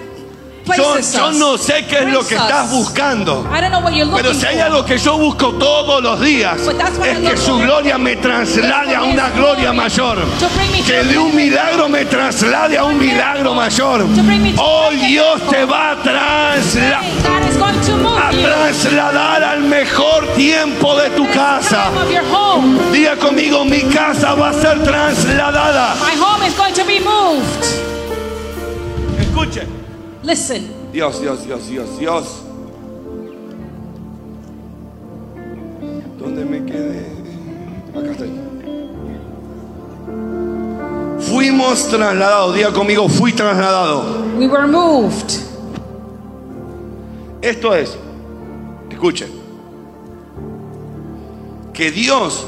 Yo, places yo us. no sé qué es lo que brings estás us. buscando. I don't know what you're looking Pero si hay for. algo que yo busco todos los días, But that's what es I que look su for. gloria me traslade a una gloria mayor. To bring me Que to de un heaven. milagro me traslade a un milagro mayor. To bring me to Hoy heaven. Dios te va a trasladar. God is going to a move you. trasladar al mejor tiempo de tu casa. Time of your home. Diga conmigo, mi casa va a ser trasladada. My home is going to be moved. Escuche. Listen, Dios, Dios, Dios, Dios, Dios. ¿Dónde me quedé? Acá estoy. Fuimos Fuimos trasladados. Diga conmigo, fui trasladado. We were moved. Esto es, escuchen, que Dios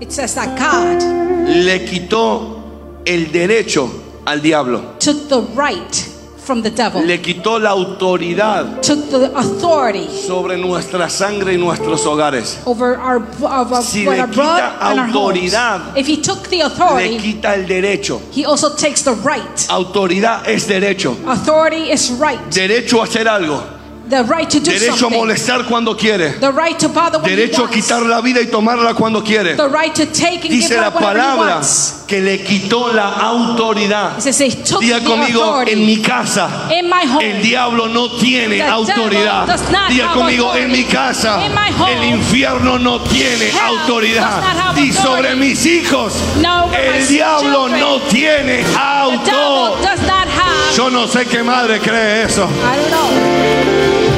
It says that God le quitó el derecho al diablo, took the right from the devil, le quitó la autoridad took the authority sobre nuestra sangre y nuestros hogares, over our, of our, Si what le our blood quita and our homes. autoridad, If he took the le authority, quita el derecho. he also takes the right. Autoridad es derecho, Authority is right. derecho a hacer algo, The right to do derecho a something. molestar cuando quiere, The right to bother when he derecho a wants. quitar la vida y tomarla cuando quiere. The right to take and give Dice la up whatever he palabra wants. que le quitó la autoridad. It says he took Diga the conmigo, authority en mi casa in my home. el diablo no tiene The devil autoridad. does not Diga have conmigo, authority. en mi casa In my home, el infierno no tiene hell does not autoridad. have Y sobre authority. mis hijos No, over el my diablo children, no tiene the devil auto. does not have. Yo no sé qué madre cree eso. I don't know.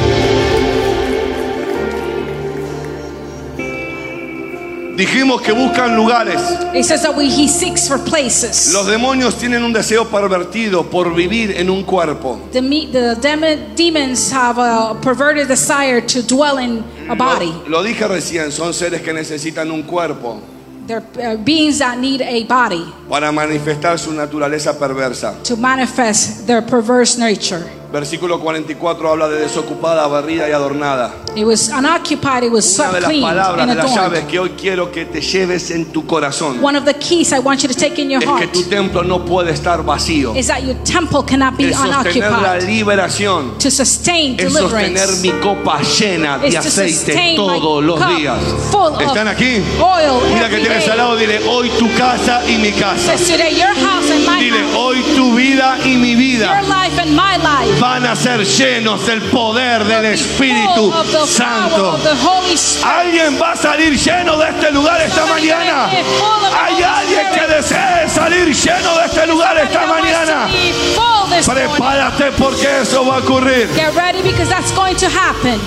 Dijimos que buscan lugares. It says that we, he seeks for places. Los demonios tienen un deseo pervertido por vivir en un cuerpo. the me, the dem- demons have a perverted desire to dwell in Mm, a body. Lo, lo dije recién, son seres que necesitan un cuerpo They're uh, beings that need a body para manifestar su naturaleza perversa. to manifest their perverse nature. Versículo 44 habla de desocupada, barrida y adornada. It was unoccupied. It was Una so de las clean palabras, and de las adorned. llaves que hoy quiero que te lleves en tu corazón este One of the keys I want you to take in your es que heart tu templo no puede estar vacío. is that your temple cannot be Es sostener la unoccupied. liberación. To sustain Es sostener deliverance. mi copa llena de is to aceite sustain my todos los cup días. full of ¿Están aquí? oil Mira que every tienes day. al lado, dile hoy tu casa y mi casa. Says today, your house and my Dile house, hoy tu vida y mi vida. your life and my life, van a ser llenos del poder del be Espíritu full of the power Santo. of the Holy Spirit. Alguien va a salir lleno de este lugar esta Somebody mañana. gonna be full of the Hay Holy alguien que Spirit. desee salir lleno de este lugar esta Somebody wants mañana. to be full this morning. Prepárate porque eso va a ocurrir. Get ready because that's going to happen.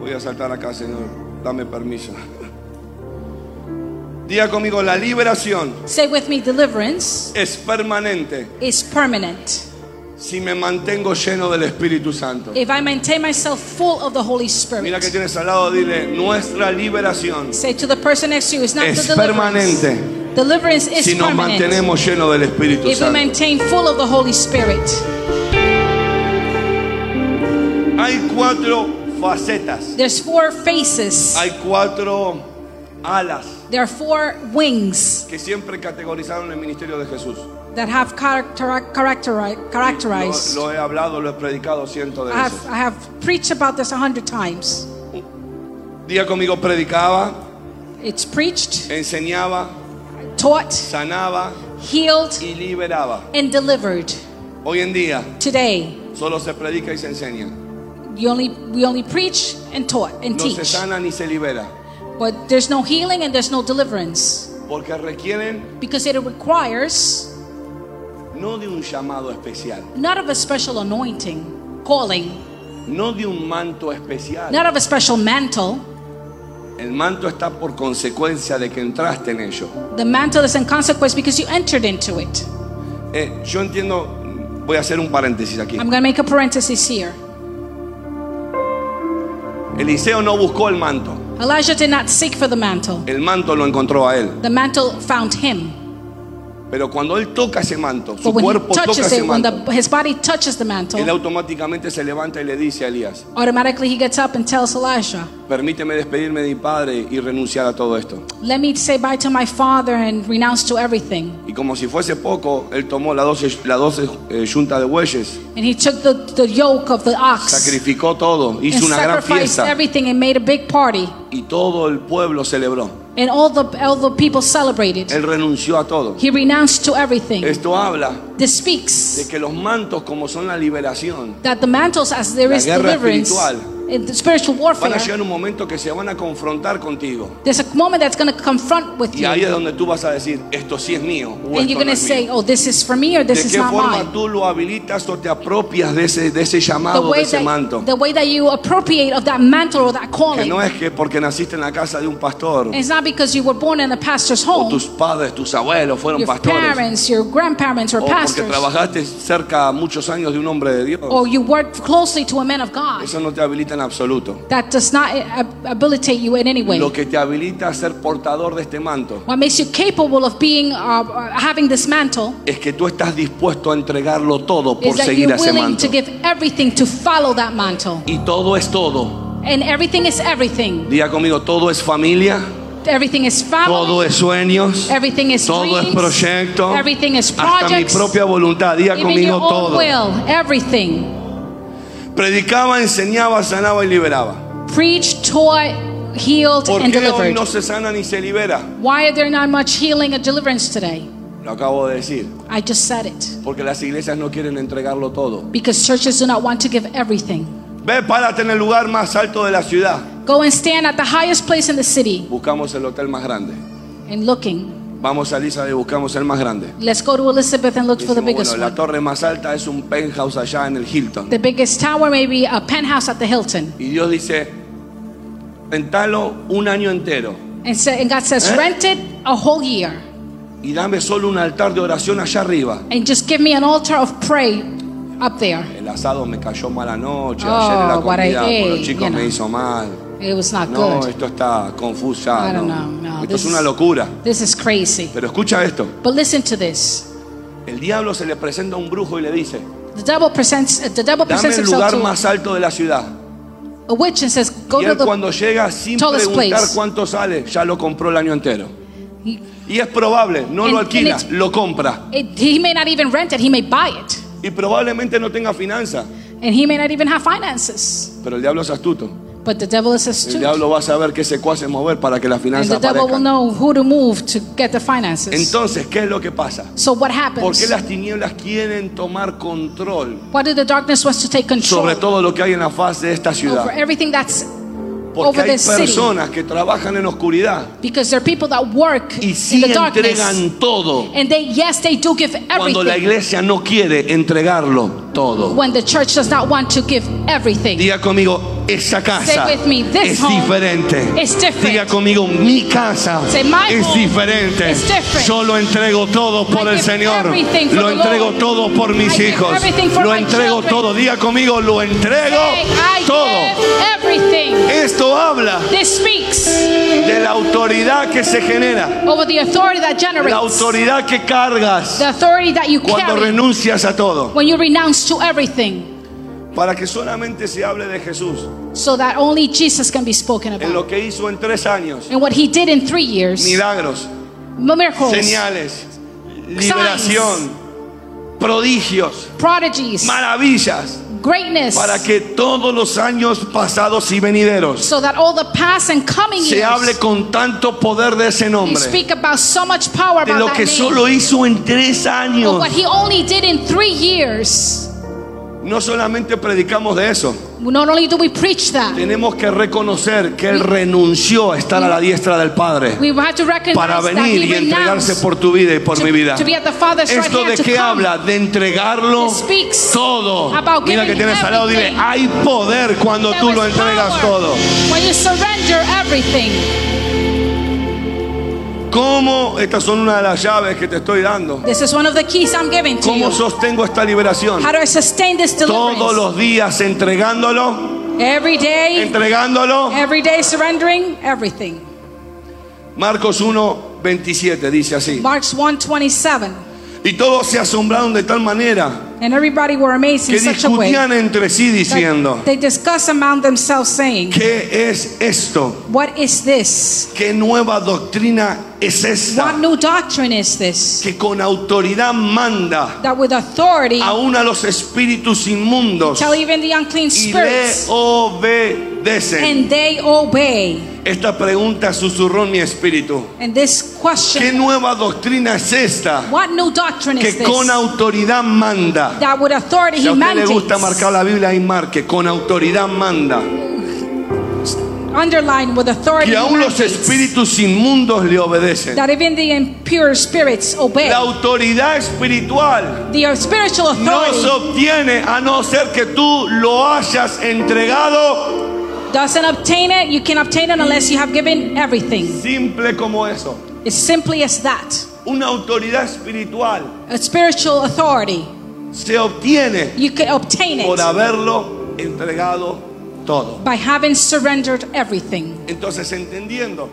Voy a saltar acá, Señor. Dame permiso. Diga conmigo, la liberación Say with me, deliverance es permanente is permanent. si me mantengo lleno del Espíritu Santo. If I maintain myself full of the Holy Mira que Spirit, tienes al lado, dile, nuestra liberación say to the person next to you, it's not Es the deliverance. permanente. Deliverance is si nos permanent. mantenemos llenos del Espíritu If we Santo. maintain full of the Holy Spirit, Hay cuatro facetas, there's four faces. hay cuatro alas There are four wings que siempre categorizaron el ministerio de Jesús. that have character, characteri- Lo, characterized. lo he hablado, lo he predicado cientos de I veces. have, I have preached about this a hundred times. Día conmigo predicaba, It's preached, enseñaba, taught, sanaba healed, y liberaba. and delivered. Hoy en día Today, solo se predica y se enseña. you only, we only preach and taught and No se teach. sana ni se libera, But there's no healing and there's no deliverance porque requieren because it requires no de un llamado especial, not of a special anointing, calling, no de un manto especial. not of a special mantle. El manto está por consecuencia de que entraste en ello. The mantle is in consequence because you entered into it. Eh, yo entiendo, voy a hacer un paréntesis aquí. I'm going to make a parenthesis here. Eliseo no buscó el manto, Elijah did not seek for the mantle. el manto lo encontró a él. The mantle found him. Pero cuando él toca ese manto, But su when cuerpo he toca touches ese it, when the, manto, his body touches the él mantle, automáticamente se levanta y le dice a Elías, automatically he gets up and tells Elijah, permíteme despedirme de mi padre y renunciar a todo esto. Let me say bye to my father and renounce to everything. Y como si fuese poco, él tomó las 12, la 12 eh, yunta de bueyes, And he took the, the yoke of the ox sacrificó todo, and hizo una gran sacrificed fiesta everything and made a big party. y todo el pueblo celebró. And all the, all the people celebrated. Él renunció a todo. He renounced to everything. Esto habla This de speaks que los mantos como son la liberación, that the mantles, as there La is guerra deliverance, espiritual in the spiritual Van a warfare, llegar un momento que se van a confrontar contigo. there's a moment that's going to confront with Y you. ahí es donde tú vas a decir, esto sí es mío. O And you're esto no going to es say, mío. oh, this is for me or ¿De this is qué not forma mine. tú lo habilitas o te apropias de ese, de ese The llamado, de way, ese manto? that, the way that you appropriate of that mantle or that Que calling. no es que porque naciste en la casa de un pastor, It's not because you were born in a pastor's o home, tus padres, tus abuelos fueron your pastores, parents, your grandparents were o porque pastors, Oh, trabajaste cerca muchos años de un hombre de Dios. or you worked closely to a man of God. Eso no te habilita en absoluto. That does not uh, habilitate you in any way. Lo que te habilita a ser portador de este manto What makes you capable of being uh, uh, having this mantle es que tú estás dispuesto a entregarlo todo por is that you're seguir a ese willing manto. to give everything to follow that mantle. Y todo es todo. And everything is everything. Diga conmigo, todo es familia, Everything is family. todo es sueños, Everything is todo es dreams. proyecto, Everything is hasta mi projects. propia voluntad. Diga Even your conmigo own todo. will. Everything. Predicaba, enseñaba, sanaba y liberaba. Preached, taught, healed, ¿Por and qué hoy delivered. no se sana ni se libera? Why are there not much healing and deliverance today? Lo acabo de decir. I just said it. Porque las iglesias no quieren entregarlo todo. Because churches do not want to give everything. Ve, párate en el lugar más alto de la ciudad. Go and stand at the highest place in the city Buscamos el hotel más grande. and looking. Vamos a Elizabeth y buscamos el más grande. Let's go to Elizabeth and look for the Decimos, biggest bueno, la one. torre más alta es un penthouse allá en el Hilton. The biggest tower may be a penthouse at the Hilton. Y Dios dice, rentalo un año entero And, sa- and God says, Eh? rent it a whole year. y dame solo un altar de oración allá arriba. And just give me an altar of prayer up there. El asado me cayó mal anoche, Oh, eh, ayer la what I comida con los ate, chicos you me know. hizo mal. It was not No, good. esto está confuso. ya, I No. don't know, no, esto es this- una locura. This is crazy. Pero escucha esto. But listen to this. El diablo se le presenta a un brujo y le dice, The devil presents uh, the devil dame presents el himself lugar to más alto de la ciudad. a witch and says, Go Y to él the cuando llega sin tallest preguntar place. cuánto sale, ya lo compró el año entero. he, Y es probable, no lo And- and alquila, it's- lo compra. it- he may not even rent it, he may buy it. Y probablemente no tenga finanza. And he may not even have finances. Pero el diablo es astuto. But the devil is El astute. diablo va a saber qué secuaces mover para que las And finanzas the devil will aparezcan. know who to move to get the finances. Entonces, ¿qué es lo que pasa? So what ¿Por qué happens? las tinieblas quieren tomar control What did the darkness wants to take control sobre todo lo que hay en la faz de esta over ciudad? everything that's Porque over hay this city. personas que trabajan en oscuridad Because there are people that work y in sí the darkness. entregan todo And they, yes, they do give cuando la everything. iglesia no quiere entregarlo todo. When the church does not want to give everything. Diga conmigo, esa casa Say with me, this es home diferente. is different. Diga conmigo, mi casa Say, my es home diferente. is different. Yo lo entrego todo por I el give Señor. everything for Lo the entrego Lord. todo por mis I give hijos. everything for Lo my entrego children. todo. Diga conmigo, lo entrego Say, I todo. give everything. Esto habla This speaks de la autoridad que se genera, over the authority that la generates. autoridad que cargas The authority that you cuando carry renuncias a todo. when you renounce to everything. Para que solamente se hable de Jesús, So that only Jesus can be spoken en lo about. que hizo en tres años, And what he did in three years. milagros, Miracles. señales, liberación, prodigios, Prodigies. maravillas, Greatness. para que todos los años pasados y venideros So that all the past and coming se hable years. con tanto poder de ese You nombre, speak about so much power de about lo that que name. solo hizo en tres Oh, But años. what he only did in three years. No solamente predicamos de eso, Not only do we preach that, tenemos que reconocer que Él renunció a estar a la diestra del Padre we have to recognize para that venir he y entregarse renounced por tu vida y por mi vida. to, to be at the Father's right ¿Esto hand de to qué come. habla? De entregarlo It speaks todo. about Mira que giving tienes al lado, dile, everything. hay poder cuando There tú lo is entregas power todo. When you surrender everything. ¿Cómo? Estas son una de las llaves que te estoy dando. This is one of the keys I'm giving to ¿Cómo you. sostengo esta liberación? How do I sustain this deliverance? Todos los días entregándolo, every day, entregándolo. every day surrendering everything. Marcos 1, 27 dice así. Mark's 127. Y todos se asombraron de tal manera And everybody were amazed in que such a way. discutían entre sí diciendo, They discuss among themselves, saying, ¿qué es esto? What is this? ¿Qué nueva doctrina es esta? What new doctrine is this? Que con autoridad manda That with authority aún a los espíritus inmundos tell even the unclean y le spirits, obedecen. and they obey. Esta pregunta susurró en mi espíritu. And this ¿Qué question, nueva doctrina es esta what new doctrine is que this? con autoridad manda? That with authority Si a he usted le gusta mandates. marcar la Biblia, ahí marque, con autoridad manda. underlined with authority que aún los mandates, espíritus inmundos le obedecen. that even the impure spirits obey. La autoridad espiritual The spiritual no authority se obtiene a no ser que tú lo hayas entregado doesn't obtain it. You can obtain it unless you have given everything. simple como eso. It's simply as that. Una autoridad espiritual A spiritual authority. se obtiene You can obtain por it haberlo entregado todo. by having surrendered everything. Entonces entendiendo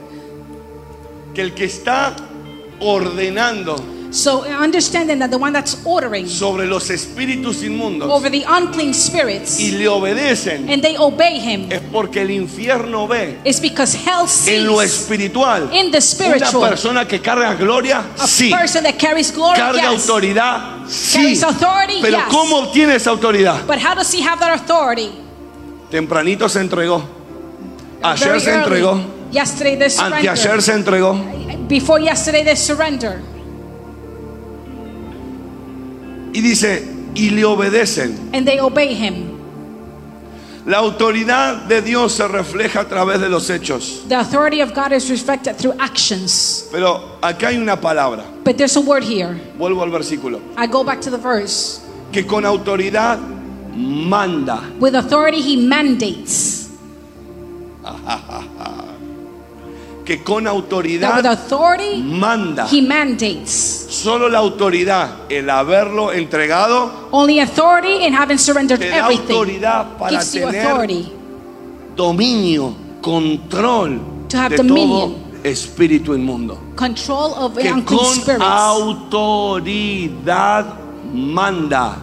que el que está ordenando So uh, understanding that the one that's ordering sobre los espíritus inmundos over the unclean spirits y le obedecen and they obey him es porque el infierno ve is because hell en lo sees espiritual In the spiritual. una persona que carga gloria a sí person that carries glory. carga yes. autoridad sí Carries authority, pero yes. cómo obtiene esa autoridad But how does he have that authority? tempranito se entregó ayer Very se early. entregó Yesterday they anteayer surrendered. se entregó Before yesterday they surrender. y dice y le obedecen And they obey him. la autoridad de Dios se refleja a través de los hechos The authority of God is reflected through actions. pero acá hay una palabra But there's a word here. vuelvo al versículo I go back to the verse. que con autoridad manda With authority he mandates. que con That with autoridad authority manda he mandates. Solo la autoridad, el haberlo entregado, Only authority in having surrendered te da everything autoridad para gives you tener authority dominio, control To have de todo dominion. espíritu inmundo. control of Que unclean con spirits. autoridad manda.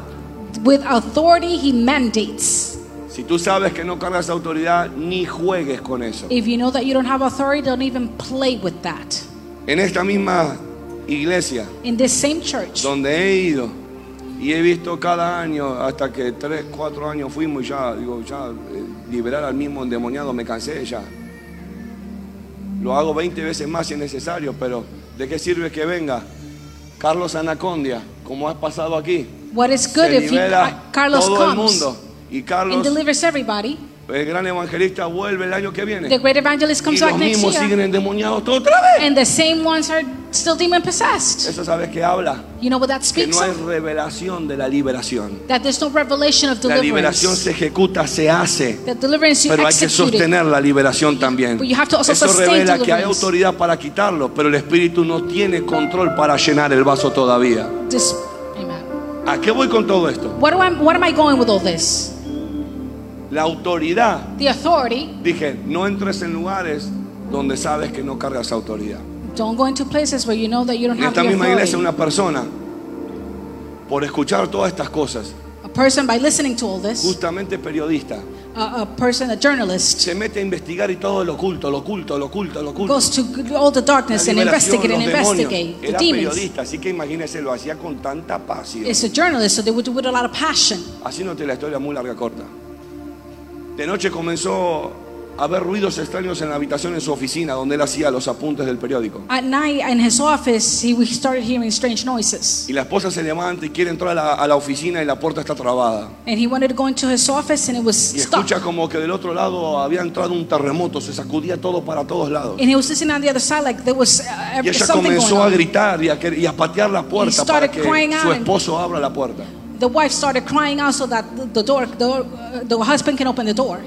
With authority he mandates. Si tú sabes que no cargas autoridad, ni juegues con eso. If you know that you don't have authority, don't even play with that. En esta misma iglesia In this same church donde he ido y he visto cada año, hasta que tres, cuatro años fuimos y ya, digo, ya eh, liberar al mismo endemoniado, me cansé ya. Lo hago 20 veces más si es necesario, pero ¿de qué sirve que venga Carlos Anacondia, como ha pasado aquí? What is good Se if you, uh, libera Carlos todo el comes mundo y and Carlos, delivers everybody. el gran evangelista, vuelve el año que viene. The great evangelist Y comes los back next mismos siguen year, endemoniados toda otra vez. and the same ones are still demon possessed. Eso sabes que habla, You know what that que speaks no hay of? revelación de la liberación. That there's no revelation of La liberación deliverance. se ejecuta, se hace. That deliverance you Pero hay que execute it. sostener la liberación también. But you have to also Eso sustain revela que hay deliverance. autoridad para quitarlo, pero el espíritu no tiene control para llenar el vaso todavía. This- Amen. ¿A qué voy con todo esto? What do I? What am I going with all this? La autoridad, The authority. dije, no entres en lugares donde sabes que no cargas autoridad. Don't go into places where you know that you don't En have esta the misma iglesia authority. una persona, por escuchar todas estas cosas, A person by listening to all this, justamente periodista, a, a person, a journalist, se mete a investigar y todo lo oculto, lo oculto, lo oculto, lo oculto. goes to all the La darkness and liberación, investigate los demonios. and investigate the Era demons. periodista, así que imagínese, lo hacía con tanta pasión. It's a journalist, so they would do it with a lot of passion. Así noté la historia muy larga, corta. De noche comenzó a ver ruidos extraños en la habitación en su oficina, donde él hacía los apuntes del periódico. At night in his office, he we started hearing strange noises. Y la esposa se levanta y quiere entrar a la, a la oficina y la puerta está trabada. And he wanted to go into his office and it was Y stuck. escucha como que del otro lado había entrado un terremoto, se sacudía todo para todos lados. And he was listening on the other side like there was uh, Y every, ella something comenzó a going gritar y a, quer- y a patear la puerta para started que crying out su and- esposo abra la puerta. on. The wife started crying out so that the- the door, the, uh, the husband can open the door.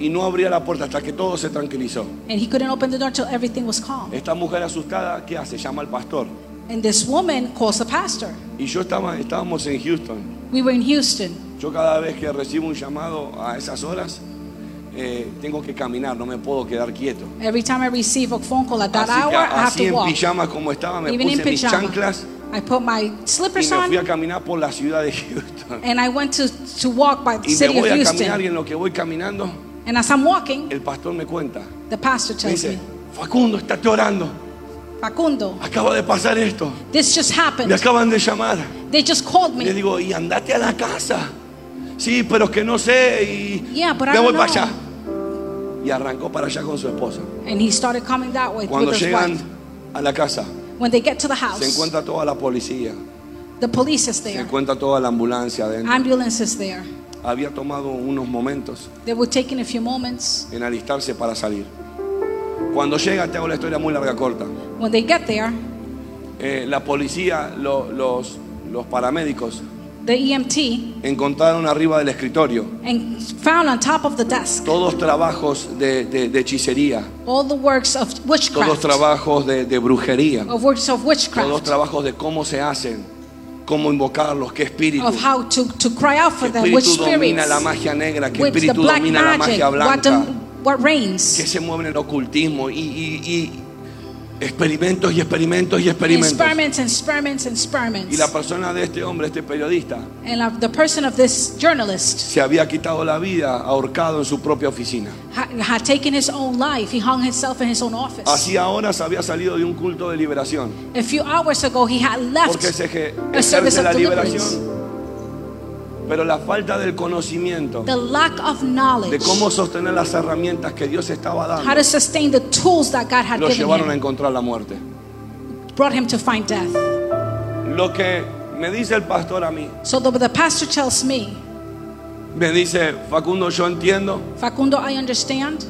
Y no abría la puerta hasta que todo se tranquilizó. And he couldn't open the door till everything was calm. Esta mujer asustada, ¿qué hace? Llama al pastor. And this woman calls the pastor. Y yo estaba, estábamos en Houston. We were in Houston. Yo cada vez que recibo un llamado a esas horas, eh, tengo que caminar, no me puedo quedar quieto. Every time I receive a phone call at that así hour, que I have así to en walk. pijama como estaba, me Even in puse mis pajama. chanclas I put my y me slippers fui a on caminar por la ciudad de Houston. and I went to, to walk by the Y me city of voy a caminar y Houston. en lo que voy caminando, And as I'm walking, el pastor me cuenta. The pastor Me tells me, dice, Facundo, estate orando. Facundo, Acaba de pasar esto. this just Me happened. acaban de llamar. They just called Le me. digo, y andate a la casa. Sí, pero es que no sé y Yeah, but I me voy don't para know. allá. Y arrancó para allá con su esposa. And he started coming that way Cuando with his llegan wife. a la casa, When they get to the se house, encuentra toda la policía, the police is se there, encuentra toda la ambulancia adentro. ambulance is there. había tomado unos momentos They were taking a few moments. en alistarse para salir. Cuando llega, te hago la historia muy larga, corta. When they get there, Eh, la policía, lo- los, los paramédicos, the E EMT, encontraron arriba del escritorio and found on top of the desk todos trabajos de, de- de hechicería, all the works of todos witchcraft, trabajos de, de brujería, of works of todos witchcraft, trabajos de cómo se hacen, cómo invocarlos, qué espíritu. of how to, to cry out ¿Qué for them, which espíritu domina spirits, la magia negra? ¿Qué which the espíritu black domina la magic, magia what, blanca? the, what que reigns, se mueven en el ocultismo y, y- y experimentos y experimentos y experimentos. experiments and experiments and Y experiments. la persona de este hombre, este periodista, And of the person of this journalist se había quitado la vida ahorcado en su propia oficina. ha- had taken his own life. He hung himself in his own office. Hacía horas había salido de un culto de liberación, a few hours ago, he had left porque se eje- a ejerce service of la deliverance. liberación. Pero la falta del conocimiento The lack of knowledge, de cómo sostener las herramientas que Dios estaba how dando, to sustain the tools that God had lo given llevaron a him, encontrar la muerte. brought him to find death. Lo que me dice el pastor a mí, So the, the pastor tells me, me dice, Facundo, yo entiendo Facundo, I understand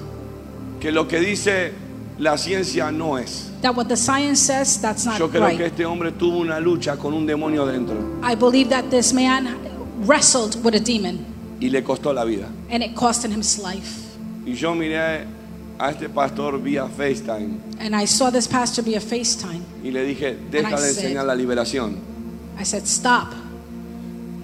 que lo que dice la ciencia no es. that what the science says, that's not Yo creo right. que este hombre tuvo una lucha con un demonio dentro I believe that this man wrestled with a demon y le costó la vida. and it costed him his life. Y yo miré a este pastor vía FaceTime And I saw this pastor via FaceTime. y le dije, deja de enseñar la liberación, I said, Stop.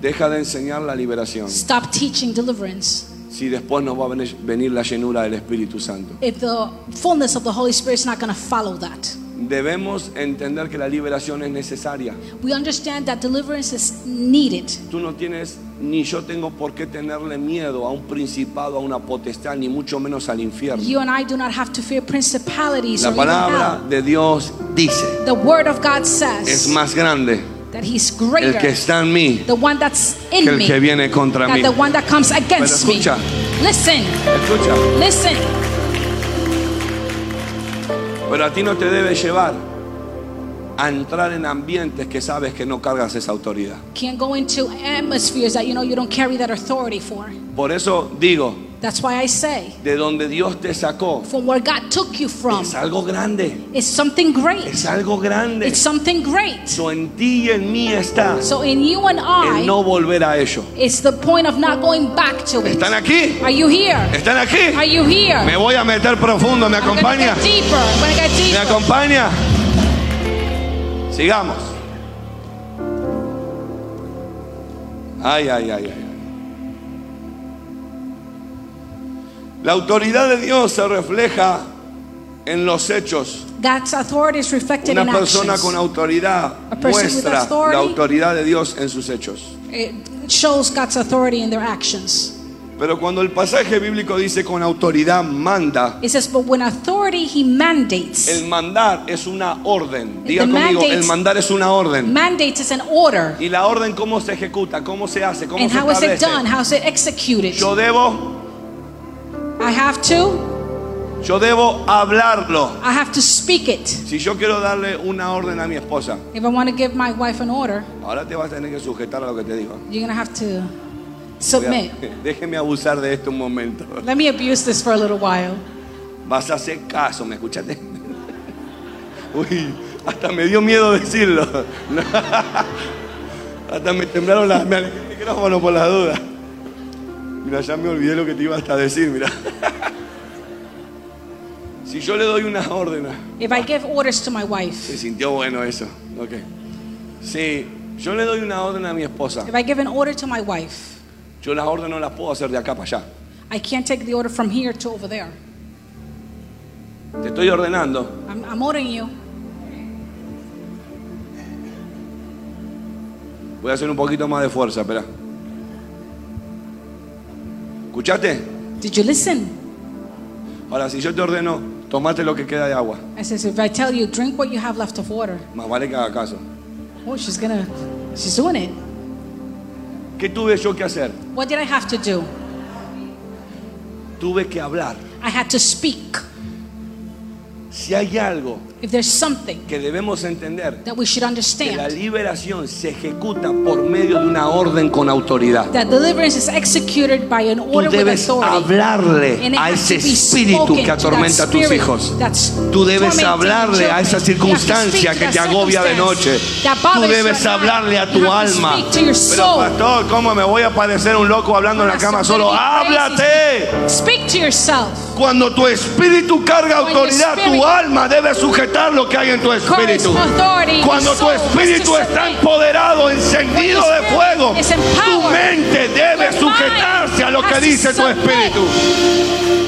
deja de enseñar la liberación, Stop teaching deliverance. si después nos va a venir- venir la llenura del Espíritu Santo. If the fullness of the Holy Spirit is not going to follow that, Debemos entender que la liberación es necesaria. we understand that deliverance is needed. Tú no tienes, ni yo tengo por qué tenerle miedo a un principado, a una potestad, ni mucho menos al infierno. You and I do not have to fear principalities La or even palabra hell. de Dios dice, The Word of God es says más grande that He's el greater, que está en mí the one that's in que el me, que viene contra that mí. the one that comes against me. escucha. Listen, Escucha, listen. pero a ti no te debe llevar a entrar en ambientes que sabes que no cargas esa autoridad. Can't go into atmospheres that you know you don't carry that authority for. Por eso digo, That's why I say, de donde Dios te sacó from where God took you from, es algo grande, it's something great. es algo grande. It's something great. So en ti y en mí está So in you and el I, no volver a ello. it's the point of not going back to it. ¿Están aquí? Are you here? ¿Están Are aquí? you here? Me voy a meter profundo, ¿me I'm gonna acompaña? get deeper. I'm gonna get ¿Me deeper. acompaña? Sigamos. Ay, ay, ay, ay. La autoridad de Dios se refleja en los hechos. God's authority is reflected Una in persona actions. con autoridad A person with muestra authority. la autoridad de Dios en sus hechos. It shows God's authority in their actions. Pero cuando el pasaje bíblico dice con autoridad manda, It says, but when authority, he mandates. el mandar es una orden. The Diga conmigo, el mandate- mandar es una orden. Mandates is an order. Y la orden cómo se ejecuta, cómo se hace, cómo And se how is it establece. done? How is it executed? Yo debo, I have to, yo debo hablarlo. I have to speak it. Si yo quiero darle una orden a mi esposa, If I want to give my wife an order, ahora te vas a tener que sujetar a lo que te digo. you're going to have to Voy a- submit. Déjeme abusar de esto un momento. Let me abuse this for a little while. Vas a hacer caso, ¿me escuchaste? Uy, hasta me dio miedo decirlo. hasta me temblaron las. Me alejé el micrófono por las dudas. Mira, ya me olvidé lo que te iba hasta a decir, mira. si yo le doy unas órdenes. If I give orders to my wife, Se sintió bueno eso. Ok. Sí, yo le doy una orden a mi esposa. if I give an order to my wife, Yo las órdenes no las puedo hacer de acá para allá. I can't take the order from here to over there. Te estoy ordenando. I'm, I'm ordering you. Voy a hacer un poquito más de fuerza, espera. ¿Escuchaste? Did you listen? Ahora, si yo te ordeno, tomate lo que queda de agua. I says, if I tell you, drink what you have left of water. Más vale que haga caso. Oh, she's gonna, she's doing it. ¿Qué tuve yo que hacer? What did I have to do? Tuve que hablar. I had to speak. Si hay algo If there's something que debemos entender, that we should que la understand, liberación se ejecuta por medio de una orden con autoridad. that deliverance is executed by an Tú order with debes authority. hablarle And it a has to ese be espíritu spoken que to that atormenta a tus spirit hijos. that's Tú debes tormenting your hablarle a esa children. You have to circunstancia speak que to te that agobia de noche. circumstance that Tú bothers debes your mind. hablarle a You tu have to alma. speak to Pero your soul. pastor, ¿cómo me voy a parecer un loco hablando en la cama solo? ¡Háblate! Speak to yourself. Cuando tu espíritu carga When your autoridad, tu spirit- alma debe sujetar lo que hay en tu espíritu. authority, Cuando tu your soul espíritu has to está submit. enpoderado, encendido When de your spirit fuego, is tu empowered, mente debe your mind sujetarse a lo has que to dice tu submit. espíritu.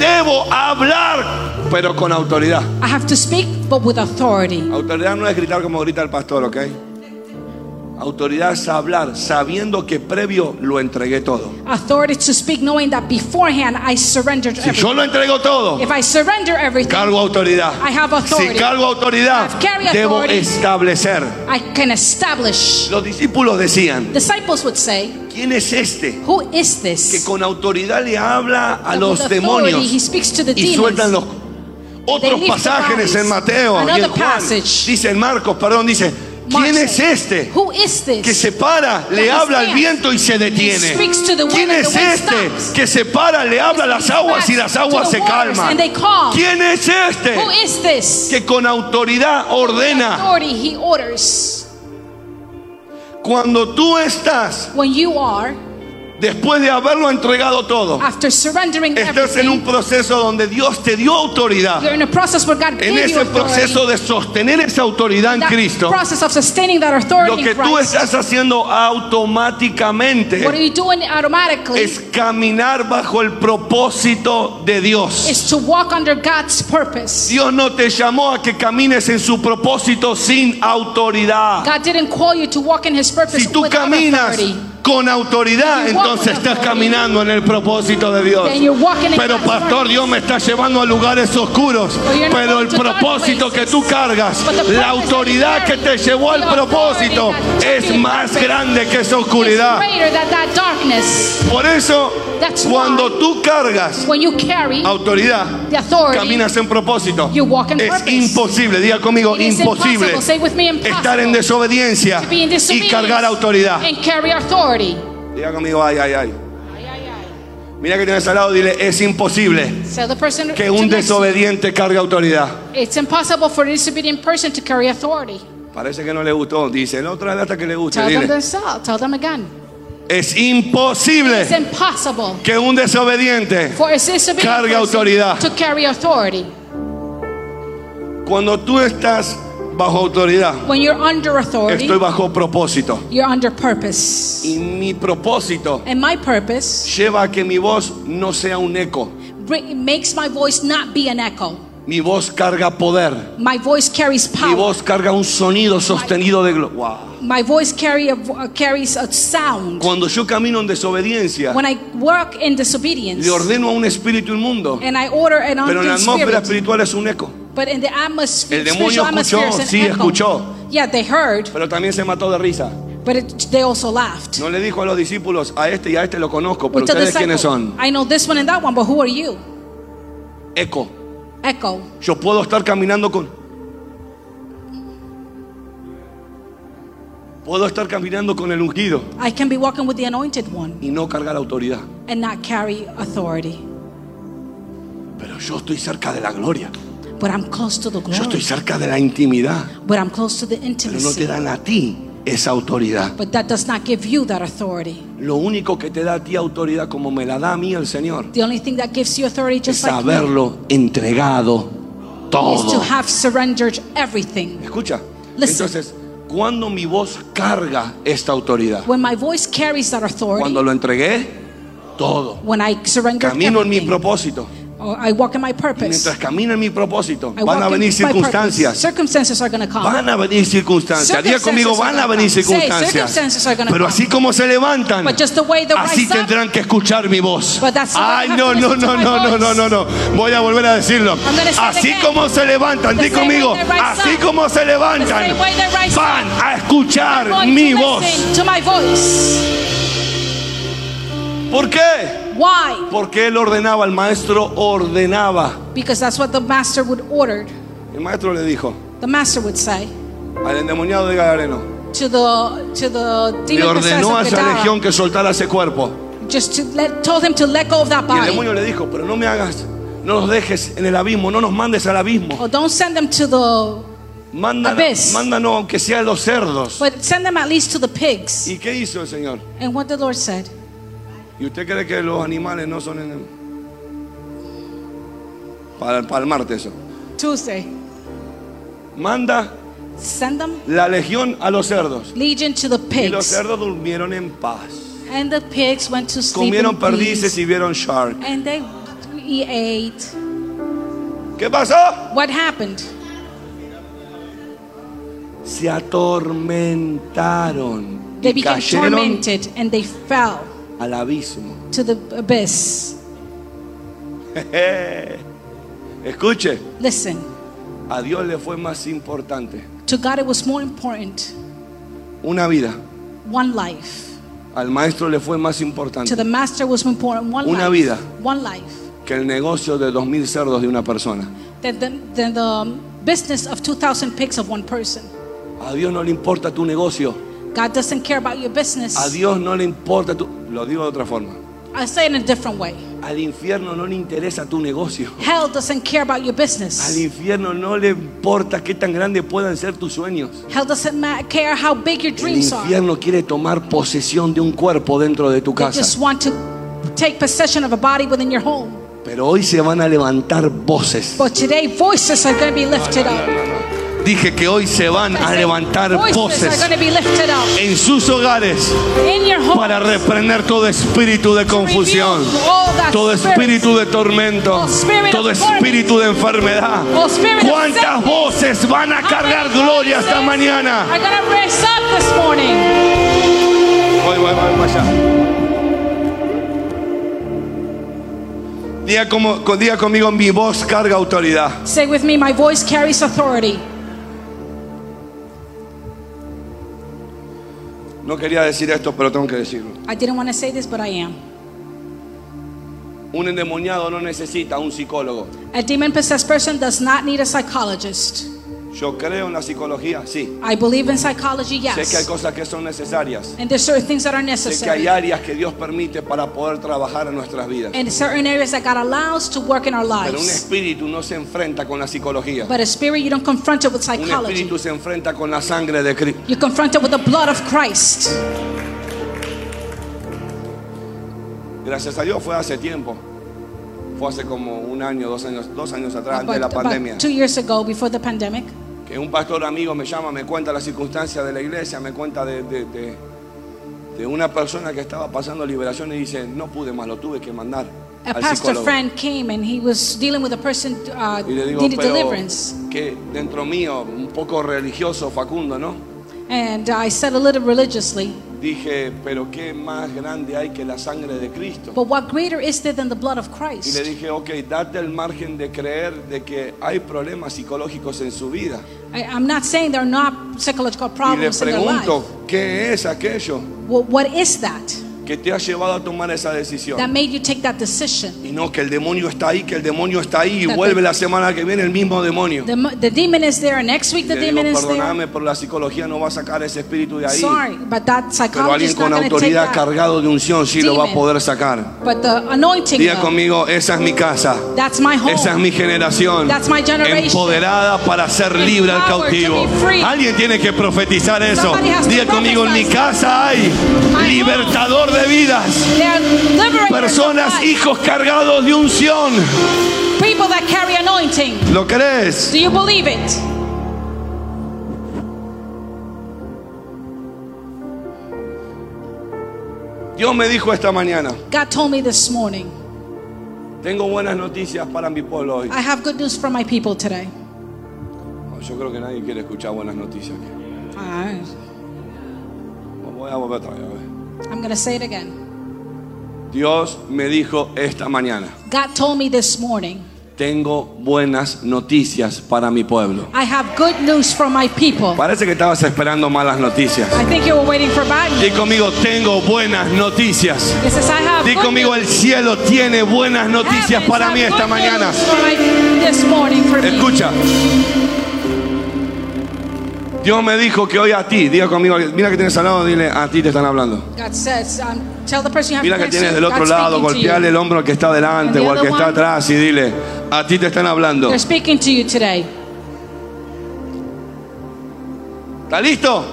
Debo hablar, pero con autoridad. I have to speak, but with authority. Autoridad no es gritar como grita el pastor, ¿ok? Autoridad es hablar sabiendo que previo lo entregué todo. Authority to speak, knowing that beforehand I surrendered Si yo everything. lo entrego todo, If I surrender everything, cargo autoridad. I have authority. Si cargo autoridad, I've carried debo authority. establecer. I can establish. Los discípulos decían, Disciples would say, ¿quién es este Who is que this? con autoridad le habla a But los with authority, He demonios speaks to the y sueltan demons. los otros lift the pasajes bodies. en Mateo y en Another Juan? passage. Dice en Marcos, perdón, dice, Mark ¿quién es said, este? Who is this? que se para, That le he habla al stands. viento y se detiene. speaks to the wind ¿Quién and the es wind este stops? que se para, le habla a las speaks aguas y back las to aguas the se waters calman? and they calm. ¿Quién es este Who is this? que con autoridad ordena? Authority he orders. Cuando tú estás, When you are, después de haberlo entregado todo, after surrendering estás en everything, un proceso donde Dios te dio autoridad. you're in a process where God En gave you ese authority. proceso de sostener esa autoridad en that Cristo, process of sustaining that authority lo que in tú Christ, estás haciendo automáticamente what are you doing automatically es caminar bajo el propósito de Dios. is to walk under God's purpose. Dios no te llamó a que camines en su propósito sin autoridad. God didn't call you to walk in His purpose Si tú without caminas authority. con autoridad, If you walk entonces with estás authority, caminando en el propósito de Dios. then you're walking in Pero God's pastor, purpose. Dios me está llevando a lugares oscuros. But you're not Pero el going to dark propósito que places. tú cargas, But the purpose la autoridad that que you te carry, llevó al the authority propósito, that took you es to más purpose, grande que esa It's oscuridad. greater than that darkness. Por eso, That's cuando why- tú cargas When you carry autoridad, the authority, Caminas en propósito. You walk in Es purpose. imposible, diga conmigo, it is imposible impossible. Say with me, impossible. estar en desobediencia to be in y disobedience cargar autoridad. and carry authority. Diga conmigo, ay, ay, ay. Mira que tienes al lado, dile, es imposible So the person que to un next to you. desobediente cargue autoridad. It's impossible for a disobedient person to carry authority. Parece que no le gustó. Dice, no, otra hasta que le guste. Tell them Dile, themselves. Tell them again. es imposible It's impossible que un desobediente, for a disobedient Carga person autoridad. to carry authority. cuando tú estás bajo autoridad, When you're under authority, estoy bajo propósito. you're under purpose. Y mi propósito And my purpose lleva a que mi voz no sea un eco. bring, makes my voice not be an echo. Mi voz carga poder. My voice carries power. Mi voz carga un sonido sostenido de gloria. My voice carry a, vo- uh, carries a sound. Cuando yo camino en desobediencia, When I work in disobedience le ordeno a un espíritu inmundo. and I order an Pero en la unclean atmósfera spirit, espiritual es un eco. but in the atmosphere, El demonio spiritual atmosphere escuchó, is an sí, echo. escuchó. Yeah, they heard, Pero también se mató de risa. but it, they also laughed. No le dijo a los discípulos, a este y a este lo conozco, pero With the ustedes quiénes disciple, son. I know this one and that one, but who are you? Eco. Echo. Yo puedo estar caminando con... Puedo estar caminando con el ungido I can be walking with the anointed one y no cargar autoridad. and not carry authority, Pero yo estoy cerca de la gloria. but I'm close to the glory. Yo estoy cerca de la intimidad. But I'm close to the Pero no te intimacy. dan a ti esa autoridad. But that does not give you that authority. Lo único que te da a ti autoridad, como me la da a mí el Señor, The only thing that gives you authority, es just like me, haberlo entregado is to todo. have surrendered everything. Escucha. Listen. Entonces, cuando mi voz carga esta autoridad, When my voice carries that authority, cuando lo entregué, todo. when I surrender Camino en mi everything, propósito. or Oh, I walk in my Y purpose, mientras camino en mi propósito, I van a walk in venir my purpose. circunstancias. Circumstances are going to come. Van a venir circunstancias. Diga conmigo, van a venir circunstancias. Pero así como se levantan, así tendrán que escuchar mi voz. Ay, no, no, no, no, no, no, no, no. Voy a volver a decirlo. Así como se levantan, di conmigo, así como se levantan, van a I'm escuchar going mi to voz. listen to my voice ¿Por qué? qué? Why? Porque él ordenaba, el maestro ordenaba. Because that's what the master would order. El maestro le dijo The master would say al endemoniado de Gadareno, to the to the le demon possessed ordenó a of esa legión Gadara, que soltara ese cuerpo. just to let told him to let go of that Y el body. demonio le dijo, pero no me hagas, no nos dejes en el abismo, no nos mandes al abismo. Or Oh, don't send them to the Mándanos, Abyss. mándanos aunque sea a los cerdos. but send them at least to the pigs. ¿Y qué hizo el Señor? And what the Lord said. ¿Y usted cree que los animales no son en... Para, para el martes eso. Tuesday. Manda Send them la legión a los cerdos. legion to the Y los pigs. cerdos durmieron en paz. And the pigs went to sleep. in Comieron peace. perdices y vieron shark. And they we ate. ¿Qué pasó? What happened? Se atormentaron. They y became cayeron tormented and they fell al abismo. to the abyss. Escuche, Listen, a Dios le fue más importante to God it was more important una vida. one life. Al maestro le fue más To importante the master was more important one Una life. vida. One life. que el negocio de dos mil cerdos de una persona. Than the, than the um, business of 2,000 pigs of one person. A Dios no le importa tu negocio. God doesn't care about your business. A Dios no le importa tu... Lo digo de otra forma. I say it in a different way. Al infierno no le interesa tu negocio. Hell doesn't care about your Al business. infierno no le importa qué tan grandes puedan ser tus sueños. Hell doesn't ma- care how big your El dreams are. infierno quiere tomar posesión de un cuerpo dentro de tu They casa. just want to take possession of a body within your home. Pero hoy se van a levantar voces. But today, voices are going to be lifted up. Dije que hoy se van a levantar Voices are voces going to be lifted up en sus hogares in your home. para reprender todo espíritu de confusión, todo espíritu de tormento, todo espíritu de enfermedad. ¿Cuántas voces van a cargar gloria esta mañana? Are going to raise up this morning. Voy, voy, voy, para allá. Diga, como, con- diga conmigo, mi voz carga autoridad. Say with me, my voice carries authority. No quería decir esto, pero tengo que decirlo. I didn't want to say this, but I am. Un endemoniado no necesita un psicólogo. A demon possessed person does not need a psychologist. Yo creo en la psicología, sí. I believe in Sé psychology, que hay yes. cosas que son necesarias. And there's certain things that are Sé que hay necessary. áreas que Dios permite para poder trabajar en nuestras vidas. And certain areas that God allows to work in our Pero un lives. espíritu no se enfrenta con la psicología. But a spirit, you don't confront it with Un psychology. espíritu se enfrenta con la sangre de Cristo. You confront it with the blood of Christ. Gracias a Dios fue hace tiempo. Fue hace como un año, dos años, dos años atrás, antes de la About- about pandemia. two years ago, before the pandemic, Que un pastor amigo me llama, me cuenta las circunstancias de la iglesia, me cuenta de, de- de- de una persona que estaba pasando liberación y dice, no pude más, lo tuve que mandar a al pastor psicólogo. friend came and he was dealing with a person uh, y le digo, needed pero deliverance. que dentro mío, un poco religioso, Facundo, ¿no? And I said a little religiously, Dije, pero qué más grande hay que la sangre de Cristo. but what greater is there than the blood of Y le Christ? dije, ok, date el margen de creer de que hay problemas psicológicos en su vida. I, I'm not saying there are not psychological Y le problems in their life. pregunto, ¿qué es aquello Well, what is that que te ha llevado a tomar esa that decisión? made you take that decision? Y no, que el demonio está ahí, que el demonio está ahí y That- vuelve la semana que viene el mismo demonio. The, mo- the demon is there, and next week Le the digo, demon is there. perdóname, pero la psicología no va a sacar ese espíritu de ahí. Sorry, but that Pero psychologist alguien is not con going to take autoridad that. cargado de unción sí lo va a demon. poder sacar. But the anointing, Diga though, conmigo, esa es mi casa. that's my home. Esa es mi generación That's my generation. empoderada para ser libre al Empowered to cautivo. be free. Alguien tiene que profetizar eso. Somebody has to Diga conmigo, en mi prophesy. casa hay home. libertador de vidas. They are liberators of Personas, life. hijos cargados de unción. People that carry anointing. ¿Lo crees? Do you believe it? Dios me dijo esta mañana, God told me this morning. tengo buenas noticias para mi pueblo hoy. I have good news for my people today. Oh, Yo creo que nadie quiere escuchar buenas noticias. aquí. Alright. Voy a volver otra vez, a ver. I'm going to say it again. Dios me dijo esta mañana, God told me this morning. tengo buenas noticias para mi pueblo. I have good news for my people. Parece que estabas esperando malas noticias. I think you were waiting for bad Di news. conmigo, tengo buenas noticias. It says, I have Di good conmigo, news. el cielo tiene buenas noticias Heavens para have mí good esta mañana. news for my- This morning for me. Escucha. Dios me dijo que hoy a ti, diga conmigo, mira que tienes al lado, dile, a ti te están hablando. God says, um, tell the person you have Mira que next tienes to, del otro God's lado, speaking to you. golpeale el hombro al que está delante And the o al que other está one. atrás y dile, a ti te están hablando. They're speaking to you today. ¿Está listo?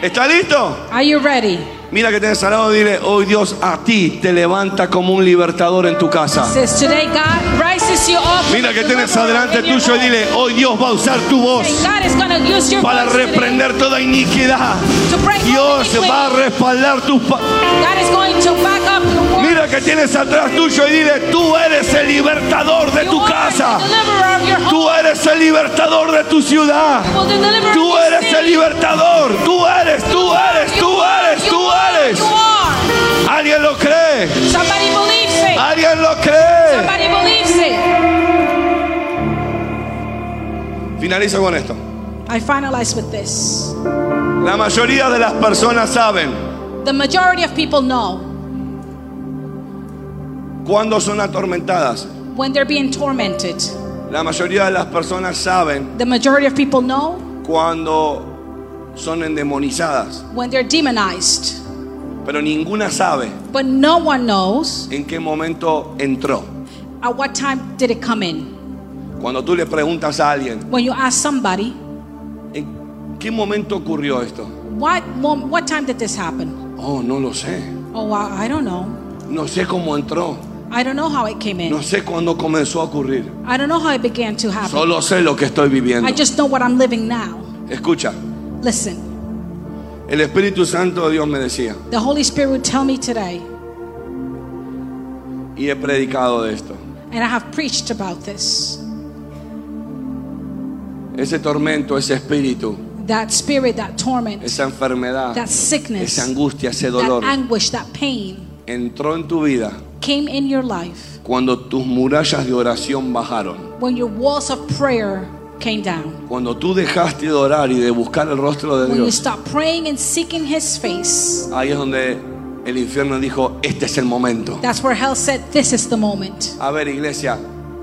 ¿Está listo? Are you ready? Mira que tienes al lado, dile, hoy Dios a ti te levanta como un libertador en tu casa. Says today God rises you up. Mira que tienes adelante delante tuyo y dile, hoy Dios va a usar tu voz God is gonna use your para voice today reprender toda iniquidad. to break all Dios iniquity. va a respaldar tus pa- God is going to back up your word. Mira que tienes atrás tuyo y dile, tú eres el libertador de You tu are the casa. deliverer of your home. Tú eres el libertador de tu ciudad. Well, the deliverer of Tú your eres city. el libertador. Tú eres, tú eres, You tú are, eres, you tú are, eres. You are. ¿Alguien lo cree? Somebody believes it. ¿Alguien lo cree? Somebody believes it. Finalizo con esto. I finalize with this. La mayoría de las personas saben The majority of people know cuándo son atormentadas. when they're being tormented. La mayoría de las personas saben The majority of people know cuándo son endemonizadas. when they're demonized. Pero ninguna sabe But no one knows en qué momento entró. at what time did it come in. Cuando tú le preguntas a alguien, When you ask somebody, ¿en qué momento ocurrió esto? what mom, what time did this happen? Oh, no lo sé. Oh, well, I don't know. No sé cómo entró. I don't know how it came in. No sé cuándo comenzó a ocurrir. I don't know how it began to happen. Solo sé lo que estoy viviendo. I just know what I'm living now. Escucha, Listen, el Espíritu Santo de Dios me decía, the Holy Spirit would tell me today, y he predicado de esto, and I have preached about this. ese tormento, ese espíritu, That spirit, that torment, esa enfermedad, that sickness, esa angustia, ese dolor, that anguish, that pain entró en tu vida came in your life cuando tus murallas de oración bajaron. when your walls of prayer came down. Cuando tú dejaste de orar y de buscar el rostro de When you Dios, stop praying and seeking His face, ahí es donde el infierno dijo, este es el momento. that's where hell said, This is the moment. A ver, iglesia,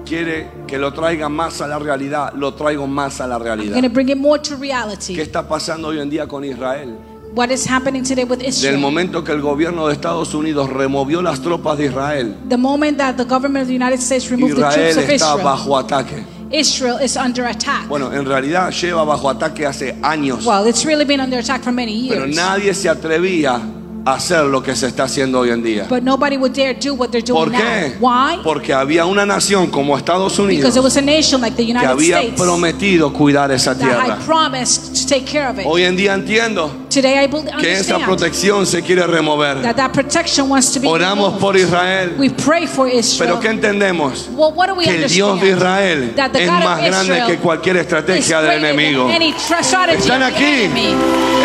quiere que lo traiga más a la realidad, lo traigo más a la I'm realidad. going to bring it more ¿Qué to reality. está pasando hoy en día con Israel? What is happening today with Del Israel? momento que el gobierno de Estados Unidos removió las tropas de Israel, The moment that the government of the United States removed the troops Israel of está Israel, bajo ataque. Israel is under attack. Bueno, en realidad lleva bajo ataque hace años, Well, it's really been under attack for many pero years. nadie se atrevía a hacer lo que se está haciendo hoy en día. But nobody would dare do what they're ¿Por doing qué? now. Why? Porque había una nación como Estados Because Unidos it was a nation like the que United había States prometido cuidar esa that tierra. had promised to take care of it. Hoy en día entiendo Today I bel- que esa understand protección se quiere remover. that that protection wants to be Oramos removed. por Israel, We pray for pero Israel. ¿qué entendemos? well, what do we que el Dios de understand? Israel That the es God of más grande Israel que cualquier It's estrategia del greater than enemigo. Any tra- strategy Están of the aquí, enemy.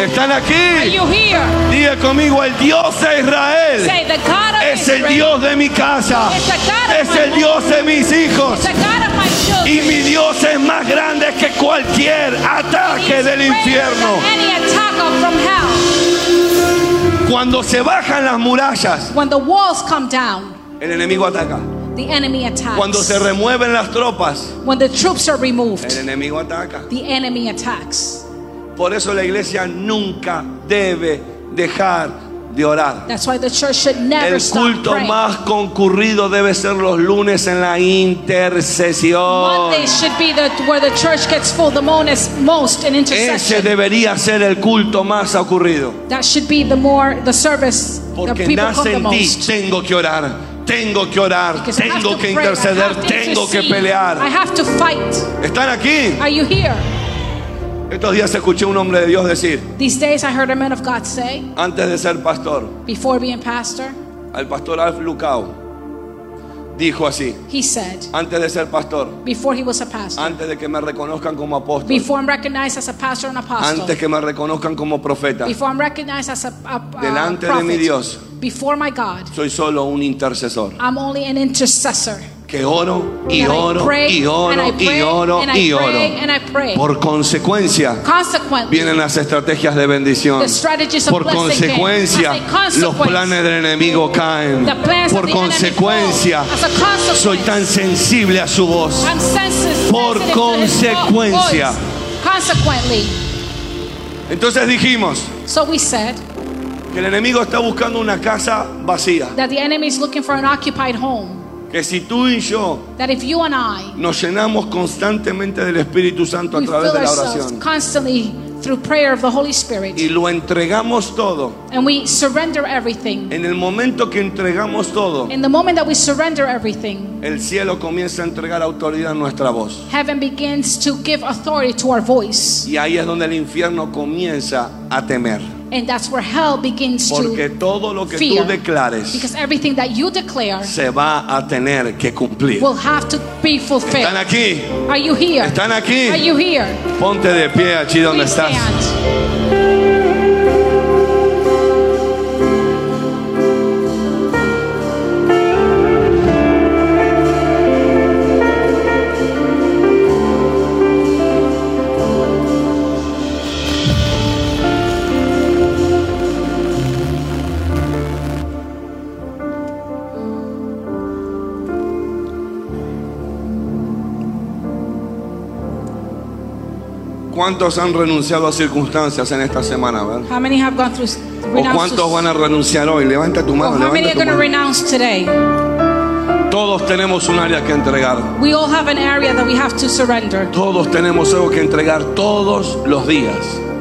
están Are aquí. you here? Diga conmigo, el Dios de Israel Say the God of es el Israel. Dios de mi casa, It's the God of es el my Dios de mis hijos. The God of my children. Y mi Dios es más grande que cualquier ataque He's del greater infierno. than Any attack of- from hell. Cuando se bajan las murallas, When the walls come down, el enemigo ataca. the enemy attacks. Cuando se remueven las tropas, when the troops are removed, el enemigo ataca. the enemy attacks. Por eso la iglesia nunca debe dejar de orar. That's why the church should never El stop culto praying. más concurrido debe ser los lunes en la intercesión. Monday should be the, where the church gets full the most, most in Ese intercession. debería ser el culto más ocurrido. That should be the more the service that Porque people come nace the en ti. most. Tengo que orar, tengo que orar, Because I have tengo to que pray, I interceder, have to tengo que intercede, I pelear. have to fight. ¿Están aquí? Are you here? Estos días escuché un hombre de Dios decir, These days I heard a man of God say, antes de ser pastor, before being pastor, al pastor Alf Lucao, dijo así, he said, antes de ser pastor, before he was a pastor, antes de que me reconozcan como apóstol, before I'm recognized as a pastor and apostle, antes que me reconozcan como profeta, before I'm recognized as a, a, a Delante de prophet, mi Dios. before my God, soy solo un intercesor. I'm only an intercessor. que oro y And I oro pray, y and I oro pray, y oro and I y pray, oro. and I pray. Por consecuencia, Consequently, vienen las estrategias de bendición. The strategies of Por blessing came. consecuencia, As a consequence, los planes del enemigo caen. the plans of Por the enemy consecuencia, fall. As a consequence, soy tan sensible a su voz. I'm sensitive, Por sensitive to his vo- consecuencia. voice. Consequently, Entonces dijimos so we said que el enemigo está buscando una casa vacía. that the enemy is looking for an occupied home. Que si tú y yo That if you and I nos llenamos constantemente del Espíritu Santo a we través fill de la ourselves oración constantly through prayer of the Holy Spirit y lo entregamos todo, and we surrender everything, en el momento que entregamos todo, in the moment that we surrender everything, el cielo comienza a entregar autoridad a nuestra voz. heaven begins to give authority to our voice, Y ahí es donde el infierno comienza a temer. and that's where hell begins Porque to todo lo que tú fear. declares because everything that you declare se va a tener que cumplir. will have to be ¿Están fulfilled. aquí? Are you here? ¿Están Are aquí? you here? Ponte de pie allí donde Please estás. stand. ¿Cuántos han renunciado a circunstancias en esta semana? verdad? How many have gone through ¿O renounce cuántos van a renunciar hoy? Levanta tu mano. how many levanta are tu going to mano. renounce today? Todos tenemos un área que entregar. We all have an area that we have to surrender. Todos tenemos algo que entregar todos los días.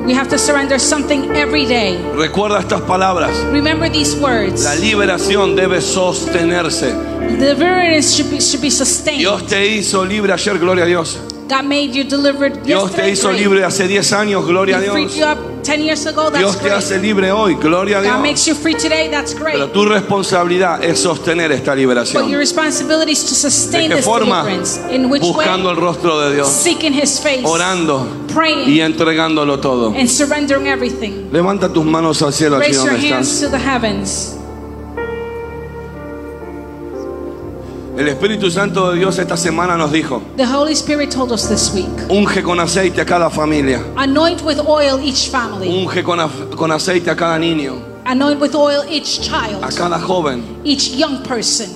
We have to surrender something every day. Recuerda estas palabras. Remember these words. La liberación debe sostenerse. Deliverance should be, should be sustained. Dios te hizo libre ayer, gloria a Dios. God made you delivered Dios te yesterday, hizo great. libre hace 10 años, gloria a He freed Dios. you up 10 years ago, that's Dios te great. hace libre hoy, gloria a God Dios. makes you free today, that's great. Pero tu responsabilidad es sostener esta liberación. But your responsibility is to ¿De sustain qué this forma? deliverance. In which Buscando way? el rostro de Dios, Seeking His face. orando Praying. y entregándolo todo. And surrendering everything. Levanta tus manos al cielo allí Raise your donde hands estás. to the heavens. El Espíritu Santo de Dios esta semana nos dijo, The Holy Spirit told us this week. unge con aceite a cada familia, Anoint with oil each family. unge con, af- con aceite a cada niño, Anoint with oil each a child, cada joven. each young person.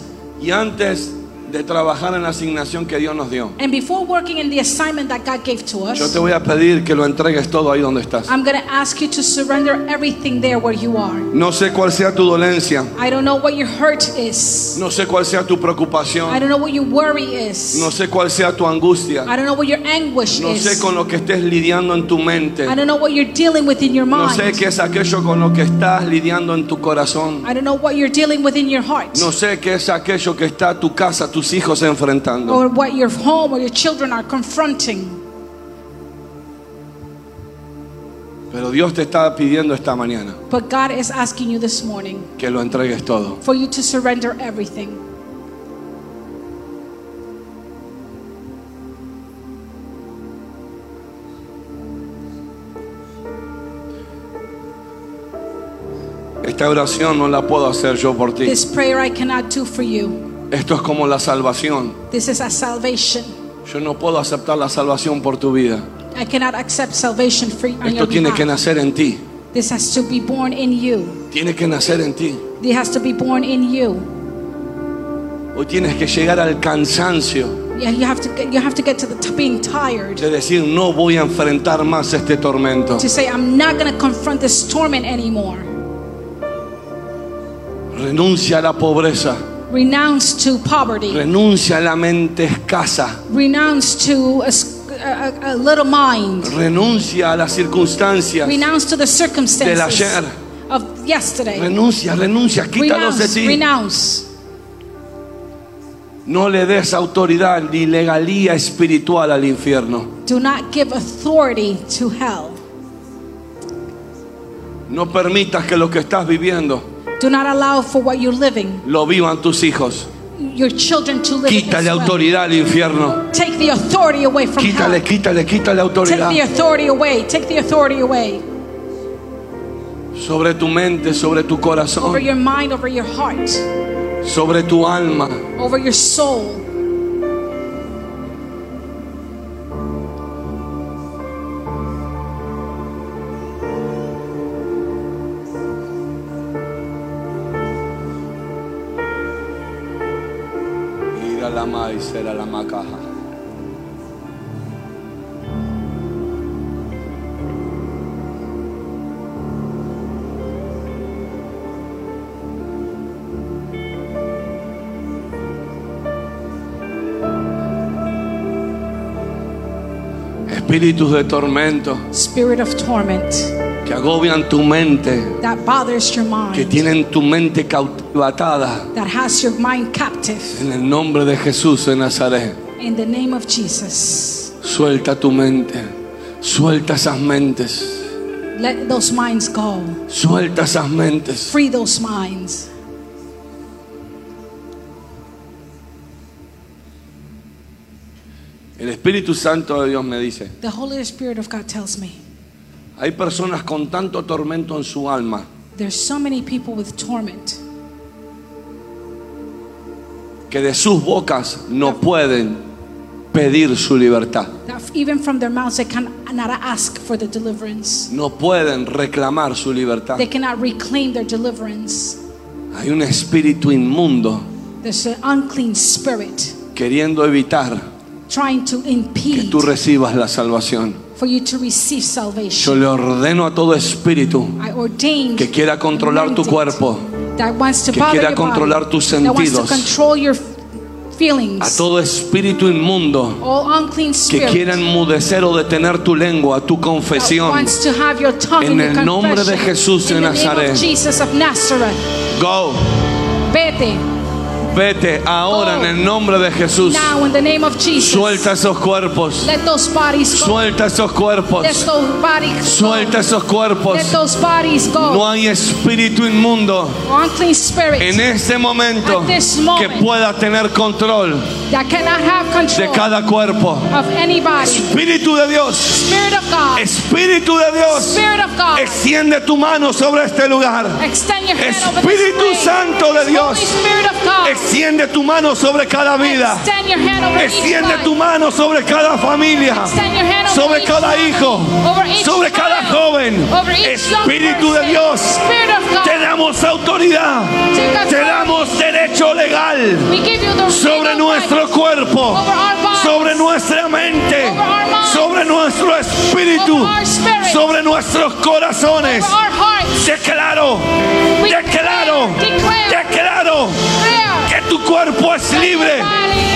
Y antes de trabajar en la asignación que Dios nos dio, And before working in the assignment that God gave to yo us, te voy a pedir que lo entregues todo ahí donde estás. I'm going to ask you to surrender everything there where you are. No sé cuál sea tu dolencia, I don't know what your hurt is. no sé cuál sea tu I preocupación, don't know what your worry is. no sé cuál sea tu angustia, I don't know what your anguish no sé is. con lo que estés lidiando en tu mente, I don't know what you're dealing with in your no mind. sé qué es aquello con lo que estás lidiando en tu corazón. I don't know what you're dealing with in your heart. No sé qué es aquello que está tu casa, tus hijos enfrentando. Or what your home or your children are confronting. Pero Dios te está pidiendo esta mañana But God is asking you this morning que lo entregues todo. for you to surrender everything. Esta oración no la puedo hacer yo por ti. This prayer I cannot do for you. Esto es como la salvación. This is a salvation. Yo no puedo aceptar la salvación por tu vida. I cannot accept salvation for on your Esto tiene que behalf. nacer en ti. This has to be born in you. Tiene que nacer en ti. It has to be born in you. Hoy tienes que llegar al cansancio Yeah, you have to get, you have to get to the t- being tired de decir no voy a enfrentar más este tormento. to say I'm not going to confront this torment anymore. Renuncia a la pobreza. Renounce to poverty. Renuncia a la mente escasa. Renounce to a, s- a- a- a little mind. Renuncia a las circunstancias. Renounce to the circumstances ayer. of yesterday. Renuncia, renuncia, quítalos de Renounce, ti. renounce. No le des autoridad ni legalía espiritual al infierno. Do not give authority to hell. No permitas que lo que estás viviendo Do not allow for what you're living, lo vivan tus hijos. your children to live. as Quítale well. autoridad al infierno. Take the authority away from Quítale, hell. quítale, quítale Take autoridad the authority away. Take the authority away sobre tu mente, sobre tu over corazón, your mind, over your heart, sobre tu alma. over your soul. Era la ma y será la macaja. Espíritus de tormento Spirit of torment que agobian tu mente, that bothers your que mind, tienen tu mente cautivatada. that has your mind captive. En el nombre de Jesús de Nazaret, In the name of Jesus, suelta tu mente, suelta esas mentes, let those minds go. suelta esas mentes. Free those minds. El Espíritu Santo de Dios me dice, The Holy Spirit of God tells me hay personas con tanto tormento en su alma there's so many people with torment que de sus bocas no pueden pedir su libertad, that even from their mouths they cannot ask for the deliverance. no pueden reclamar su libertad. They cannot reclaim their deliverance. Hay un espíritu inmundo There's an unclean spirit queriendo evitar trying to que impede tú recibas la salvación. for you to receive Yo salvation. le ordeno a todo espíritu I ordain que quiera controlar tu anointed cuerpo, that wants to que bother quiera your body, controlar tus that wants to sentidos. control your feelings, a todo espíritu inmundo all unclean que spirits, quiera enmudecer o detener tu lengua, tu that confesión. wants to have your tongue En in your el nombre de confession. Jesús de in the name of Nazaret. Jesus of Nazareth, Go, vete vete ahora Go. en el nombre de Jesús. now in the name of Jesus. Suelta esos cuerpos, Let those bodies go. suelta esos Let cuerpos, those bodies suelta go. esos Let cuerpos. those bodies go. No hay espíritu inmundo unclean spirit en este momento At this que moment. pueda tener control that cannot have de control cada cuerpo. of anybody. Espíritu de Dios, Spirit of God. Espíritu de Dios, Spirit of God. extiende tu mano sobre este lugar. Extend your hand over this Espíritu way. Santo de Holy Dios, Spirit of God. extiende tu mano sobre cada vida. Extend your hand over Extiende each tu life. mano sobre cada familia, Extend your hand over sobre each cada family, hijo, over each sobre cada child, joven. over each young Espíritu de person. Dios, Spirit of God. te damos autoridad, Take authority. te damos derecho legal We give you the sobre regal nuestro rights cuerpo, over our bodies, sobre nuestra mente, over our minds, sobre nuestro espíritu, over our spirit, sobre nuestros corazones. over our hearts. Declaro, We declaro, declare, declaro declare que tu cuerpo es libre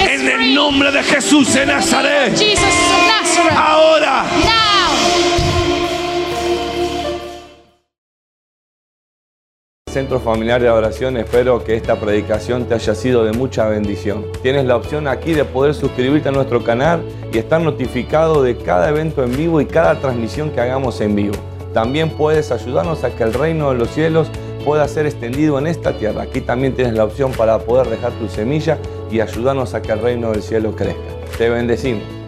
en el nombre de Jesús de in Nazaret. Jesus of Ah. Nazareth. Ahora. Now. Centro Familiar de Adoración, espero que esta predicación te haya sido de mucha bendición. Tienes la opción aquí de poder suscribirte a nuestro canal y estar notificado de cada evento en vivo y cada transmisión que hagamos en vivo. También puedes ayudarnos a que el reino de los cielos pueda ser extendido en esta tierra. Aquí también tienes la opción para poder dejar tu semilla y ayudarnos a que el reino del cielo crezca. Te bendecimos.